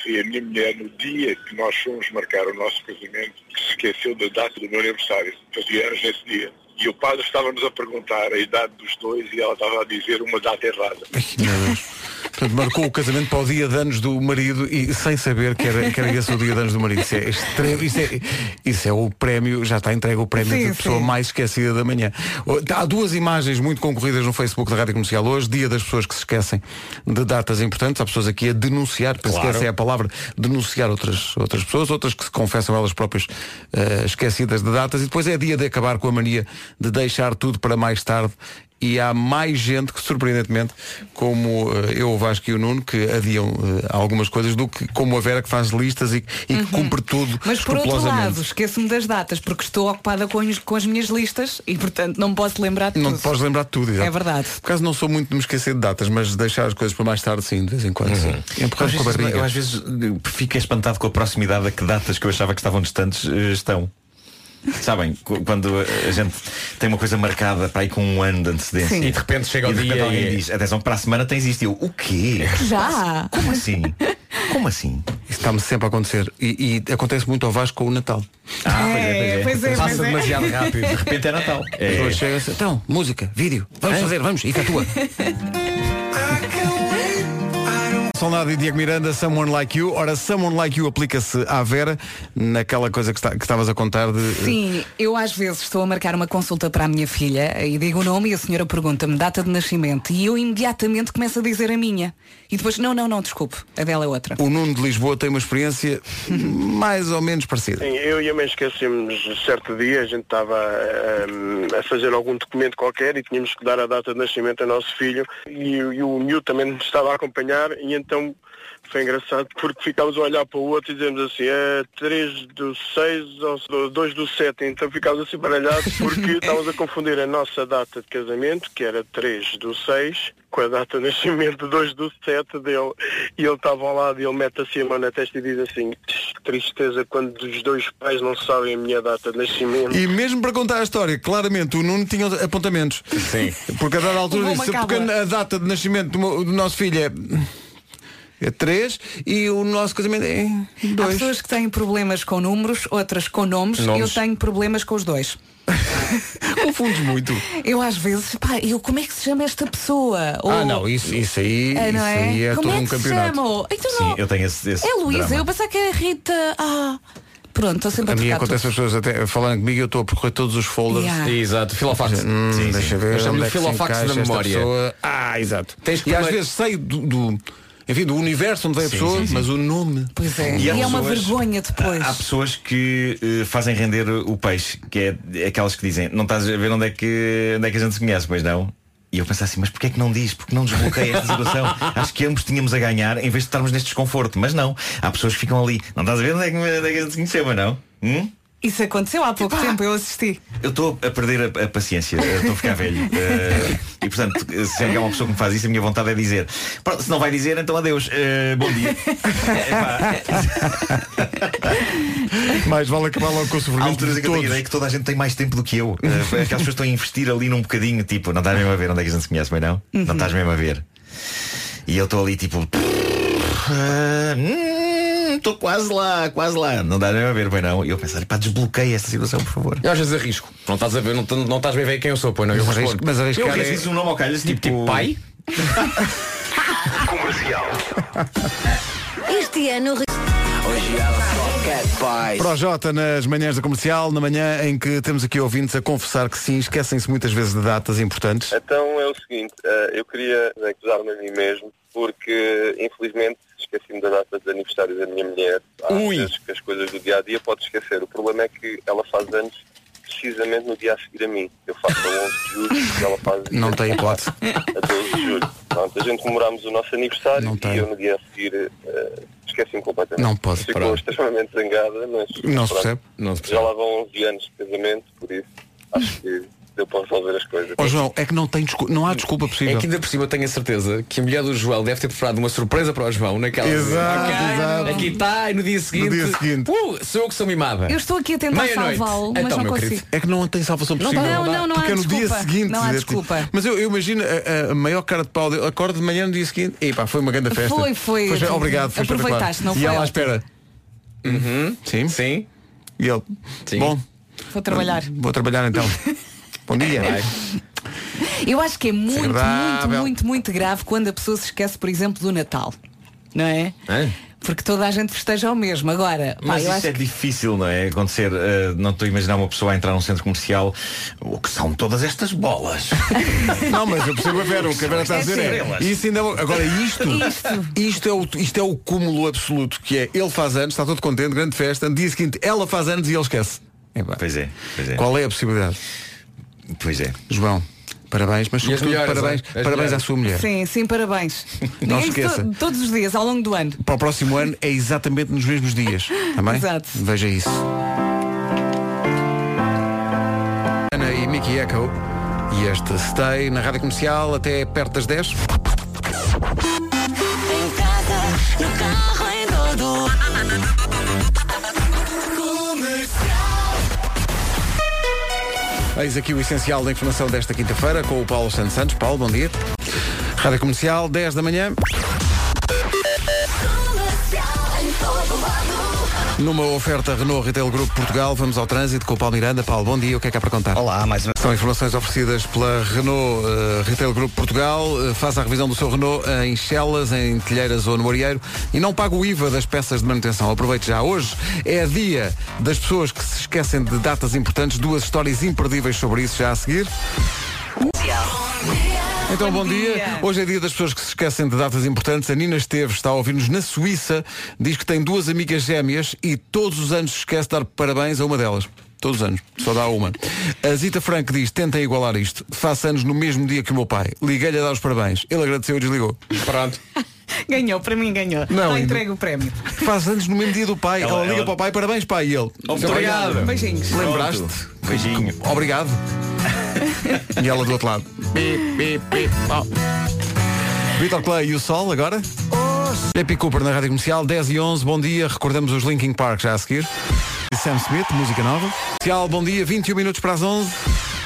S16: Foi a minha mulher, no dia que nós fomos marcar o nosso casamento, que se esqueceu da data do meu aniversário. Fazia anos nesse dia. E o padre estava-nos a perguntar a idade dos dois e ela estava a dizer uma data errada.
S1: Meu Deus. Portanto, marcou o casamento para o dia de anos do marido e sem saber que era, que era esse o dia de anos do marido. Isso é extremo. Isso é, isso é o prémio, já está entregue o prémio
S17: Sim,
S1: da pessoa
S17: sim.
S1: mais esquecida da manhã. Oh, tá, Há duas imagens muito concorridas no Facebook da Rádio Comercial hoje, dia das pessoas que se esquecem de datas importantes. Há pessoas aqui a denunciar, penso
S17: Claro.
S1: que essa é a palavra, denunciar outras, outras pessoas, outras que se confessam elas próprias eh, esquecidas de datas. E depois é dia de acabar com a mania de deixar tudo para mais tarde e há mais gente que, surpreendentemente, como eh, eu, o Vasco e o Nuno, que adiam eh, algumas coisas, do que como a Vera que faz listas e, e que cumpre tudo
S3: Uhum. Mas por outro
S1: escrupulosamente.
S3: lado, esqueço-me das datas, porque estou ocupada com, as- com as minhas listas e, portanto, não me posso lembrar de
S1: Não
S3: tudo.
S1: te podes lembrar de tudo, exato.
S3: É verdade.
S1: Por acaso não sou muito de me esquecer de datas, mas deixar as coisas para mais tarde, sim, de vez em quando. Sim. Empurrar
S12: Às
S1: É um com a
S12: vezes,
S1: barriga.
S12: eu às vezes eh, fico espantado com a proximidade a que datas que eu achava que estavam distantes eh, estão. Sabem, qu- quando a gente tem uma coisa marcada para ir com um ano de antecedência
S4: Sim. E de repente chega
S12: E
S4: o
S12: de
S4: dia
S12: repente alguém
S4: e- é.
S12: diz, atenção, para a semana tens isto. E eu, o quê?
S3: Já?
S12: Como assim? Como assim?
S1: Isso está-me sempre a acontecer. E, e acontece muito ao Vasco com o Natal.
S12: Ah, pois é,
S3: É, pois é,
S12: Passa
S3: pois é.
S12: demasiado rápido. De repente é Natal.
S1: As pessoas chegam-se, então, música, vídeo, vamos
S12: É?
S1: fazer, vamos, efetua. Soldado e Diego Miranda, Someone Like You. Ora, Someone Like You aplica-se à Vera naquela coisa que, está- que estavas a contar de. eh,
S3: Sim, eu às vezes estou a marcar uma consulta para a minha filha eh, e digo o nome e a senhora pergunta-me data de nascimento e eu imediatamente começo a dizer a minha. E depois, não, não, não, desculpe, a dela é outra.
S1: O Nuno de Lisboa tem uma experiência mais ou menos parecida.
S18: Sim, eu e a mãe esquecemos certo dia, a gente estava hum, a fazer algum documento qualquer e tínhamos que dar a data de nascimento ao nosso filho e, e o miúdo também nos estava a acompanhar e então foi engraçado porque ficámos a olhar para o outro e dizemos assim, é 3 do 6 ou 2 do 7, então ficámos assim baralhados porque estávamos a confundir a nossa data de casamento, que era 3 do 6, com a data de nascimento 2 do 7 dele e ele estava ao lado e ele mete assim a mão na testa e diz assim, "Que tristeza quando os dois pais não sabem a minha data de nascimento.
S1: E mesmo para contar a história, claramente o Nuno tinha apontamentos. Sim. Porque a dada
S18: O
S1: altura
S18: bom
S1: disse,
S18: acaba.
S1: porque a data de nascimento do, meu- do nosso filho é 3 e o nosso casamento é
S3: Há
S1: 2.
S3: pessoas que têm problemas com números, outras com nomes. Eu
S1: Nomes.
S3: tenho problemas com os dois.
S1: Confundes muito.
S3: Eu às vezes, pá, eu como é que se chama esta pessoa?
S1: Ah, não, isso, isso aí,
S3: É, não
S1: isso aí é,
S3: Como
S1: todo
S3: é
S1: um
S3: que se
S1: campeonato.
S3: chama? Então
S12: Sim,
S3: não.
S12: eu tenho esse. esse
S3: É Luísa,
S12: drama.
S3: eu pensava que era Rita. Ah. Pronto, estou sempre
S1: A
S3: a
S1: mim
S3: trocar
S1: acontece as pessoas até falarem comigo eu estou a percorrer todos os folders.
S3: Yeah.
S4: Exato, filofax.
S1: Hum,
S4: Sim, sim.
S1: Deixa ver.
S4: Eu chamo-lhe
S1: onde é que se
S4: filofax da
S1: encaixa esta
S4: memória.
S1: pessoa. Ah, exato.
S4: Tens
S1: e às
S4: primeiro-
S1: vezes sei do, do- enfim, do universo onde vem a
S12: Sim,
S1: pessoa,
S12: sim, sim.
S1: mas o nome.
S3: Pois é.
S12: E
S3: E,
S12: há
S3: é uma
S12: pessoas-
S3: vergonha depois.
S12: Há pessoas que eh, fazem render o peixe, que é aquelas que dizem, não estás a ver onde é que, onde é que a gente se conhece, pois não? E eu pensava assim, mas porquê é que não diz? Porque não desbloqueia esta situação? Acho que ambos tínhamos a ganhar em vez de estarmos neste desconforto. Mas não, há pessoas que ficam ali, não estás a ver onde é que, onde é que a gente se conheceu, mas não? Hum?
S3: Isso aconteceu há pouco tempo, eu assisti.
S12: Eu estou a perder a, a paciência, eu estou a ficar velho. Eh, e portanto, eh, sempre que há uma pessoa que me faz isso, a minha vontade é dizer, "Pronto, se não vai dizer, então adeus. Eh, bom dia.
S1: Mais vale acabar logo com o
S12: Há
S1: sofrimento
S12: alturas
S1: de
S12: em que eu tenho a
S1: todos.
S12: ideia que toda a gente tem mais tempo do que eu. Uh, Aquelas pessoas estão a investir ali num bocadinho, tipo, não estás mesmo a ver onde é que a gente se conhece, bem não?
S1: Uhum.
S12: Não estás mesmo a ver. E eu estou ali tipo. "Ah, hum, Estou quase lá, quase lá. Não estás mesmo a ver, bem não? E eu pensar, pá, desbloqueia esta situação, por favor.
S4: Eu às vezes arrisco. Não estás a ver, não, não estás bem a ver quem eu sou, pois não. Eu
S12: Mas
S4: respondo.
S12: arrisco- mas arriscar
S4: eu
S12: é-
S4: dizes um nome ao calhas, tipo, tipo pai?
S12: Comercial.
S10: Este ano.
S13: Hoje ela só quer
S3: É
S13: paz.
S1: Projota nas manhãs da comercial, na manhã em que temos aqui ouvintes a confessar que sim, esquecem-se muitas vezes de datas importantes.
S17: Então é o seguinte, eh, eu queria acusar-me a mim mesmo, porque infelizmente esqueci-me da data de aniversário da minha mulher. Há
S1: Ui.
S17: vezes que as coisas do dia a dia pode esquecer. O problema é que ela faz anos precisamente no dia a seguir a mim. Eu faço a 11 de julho e ela faz
S1: Não tem hipótese.
S17: a 12 de julho. Pronto, a gente comemorámos o nosso aniversário e eu no dia a seguir eh, esqueci-me completamente.
S1: Não posso,
S17: Ficou
S1: pronto.
S17: extremamente zangada, mas
S1: Não se
S17: pronto.
S1: percebe. Não se
S17: já lá vão 11 anos de casamento, por isso acho que deu para resolver as coisas.
S1: Ó João, é que não, tem descul- não há desculpa possível.
S4: É que ainda por cima eu tenho a certeza que a mulher do João deve ter preparado uma surpresa para o João naquela.
S1: Exato,
S4: Ok,
S1: exato.
S4: Aqui está e no dia seguinte.
S1: dia
S4: Uh, sou eu que sou mimada.
S3: Eu estou aqui a tentar
S4: Meia-noite.
S3: salvá-lo, mas
S4: Então,
S3: não
S4: meu
S3: consigo.
S4: querido.
S1: É que não tem salvação
S3: Não
S1: possível.
S3: tem, não, não, não
S1: Porque
S3: há
S1: é no dia
S3: desculpa.
S1: seguinte.
S3: Não há
S1: é
S3: desculpa.
S1: tipo- Mas eu, eu imagino a, a maior cara de pau dele. Acorda de manhã no dia seguinte. E pá, foi uma grande festa.
S3: Foi, foi.
S1: Pois bem, obrigado. Foi
S3: Aproveitaste,
S1: espetacular. E
S3: não foi
S1: ela à
S3: ótimo.
S1: espera. Uhum. Sim.
S4: Sim.
S1: E ele. Bom,
S3: Vou trabalhar.
S1: vou trabalhar então. Bom dia.
S3: Eu acho que é muito, muito,
S1: Desagradável.
S3: muito, muito grave quando a pessoa se esquece, por exemplo, do Natal. Não é? Porque toda a gente festeja ao mesmo. Agora, pá,
S12: Mas
S3: eu
S12: isso
S3: acho
S12: é difícil, não é? Acontecer, eh, não estou a imaginar uma pessoa a entrar num centro comercial. O que são todas estas bolas?
S1: Não, mas eu percebo a Vera, o que a Vera está a dizer é.
S12: Estrelas.
S1: Isso ainda, agora, isto, isto, é o, isto é o cúmulo absoluto, que é ele faz anos, está todo contente, grande festa, no dia seguinte ela faz anos e ele esquece.
S12: Pois é, pois é.
S1: Qual é a possibilidade?
S12: Pois é.
S1: João, parabéns, mas
S12: E as
S1: sobretudo
S12: mulheres,
S1: parabéns,
S12: hein? As
S1: parabéns à
S12: mulheres.
S1: sua mulher.
S3: Sim, sim, parabéns. Diga isso
S1: esqueça.
S3: to- todos os dias, ao longo do ano.
S1: Para o próximo ano é exatamente nos mesmos dias. Também?
S3: Exato.
S1: Veja isso. Ana e Mickey Echo. E este stay na rádio comercial até perto das 10.
S10: Em casa, no carro, em todo.
S1: Eis aqui o essencial da informação desta quinta-feira com o Paulo Santos Santos. Paulo, bom dia. Rádio Comercial, 10 da manhã. Numa oferta Renault Retail Grupo Portugal, vamos ao trânsito com o Paulo Miranda. Paulo, bom dia, o que é que há para contar?
S2: Olá, mais uma
S1: São informações oferecidas pela Renault eh, Retail Grupo Portugal. Eh, faça a revisão do seu Renault em Chelas, em Telheiras ou no Arieiro e não pague o IVA das peças de manutenção. Aproveite já. Hoje é dia das pessoas que se esquecem de datas importantes. Duas histórias imperdíveis sobre isso já a seguir. Então, bom, dia. Hoje é dia das pessoas que se esquecem de datas importantes. A Nina Esteves está a ouvir-nos na Suíça. Diz que tem duas amigas gêmeas e todos os anos se esquece de dar parabéns a uma delas. Todos os anos. Só dá uma. A Zita Franco diz, tentem igualar isto. Faço anos no mesmo dia que o meu pai. Liguei-lhe a dar os parabéns. Ele agradeceu e desligou. Pronto.
S3: Ganhou, para mim ganhou.
S1: Não, Tá
S3: Não
S1: ainda-
S3: entrego o prémio.
S1: Faz anos no mesmo dia do pai. Ela,
S12: Ela-
S1: liga
S12: ela-
S1: para o pai, parabéns pai. E ele.
S12: Obrigado.
S3: Beijinhos.
S1: Lembraste?
S12: Beijinho.
S1: Obrigado. e ela do outro lado. Pi, pi, pi. Oh. Vitor Clay e o Sol agora? Happy Cooper na Rádio Comercial, 10 e 11, bom dia, recordamos os Linkin Park já a seguir. Sam Smith, música nova. Comercial, bom dia, 21 minutos para as 11.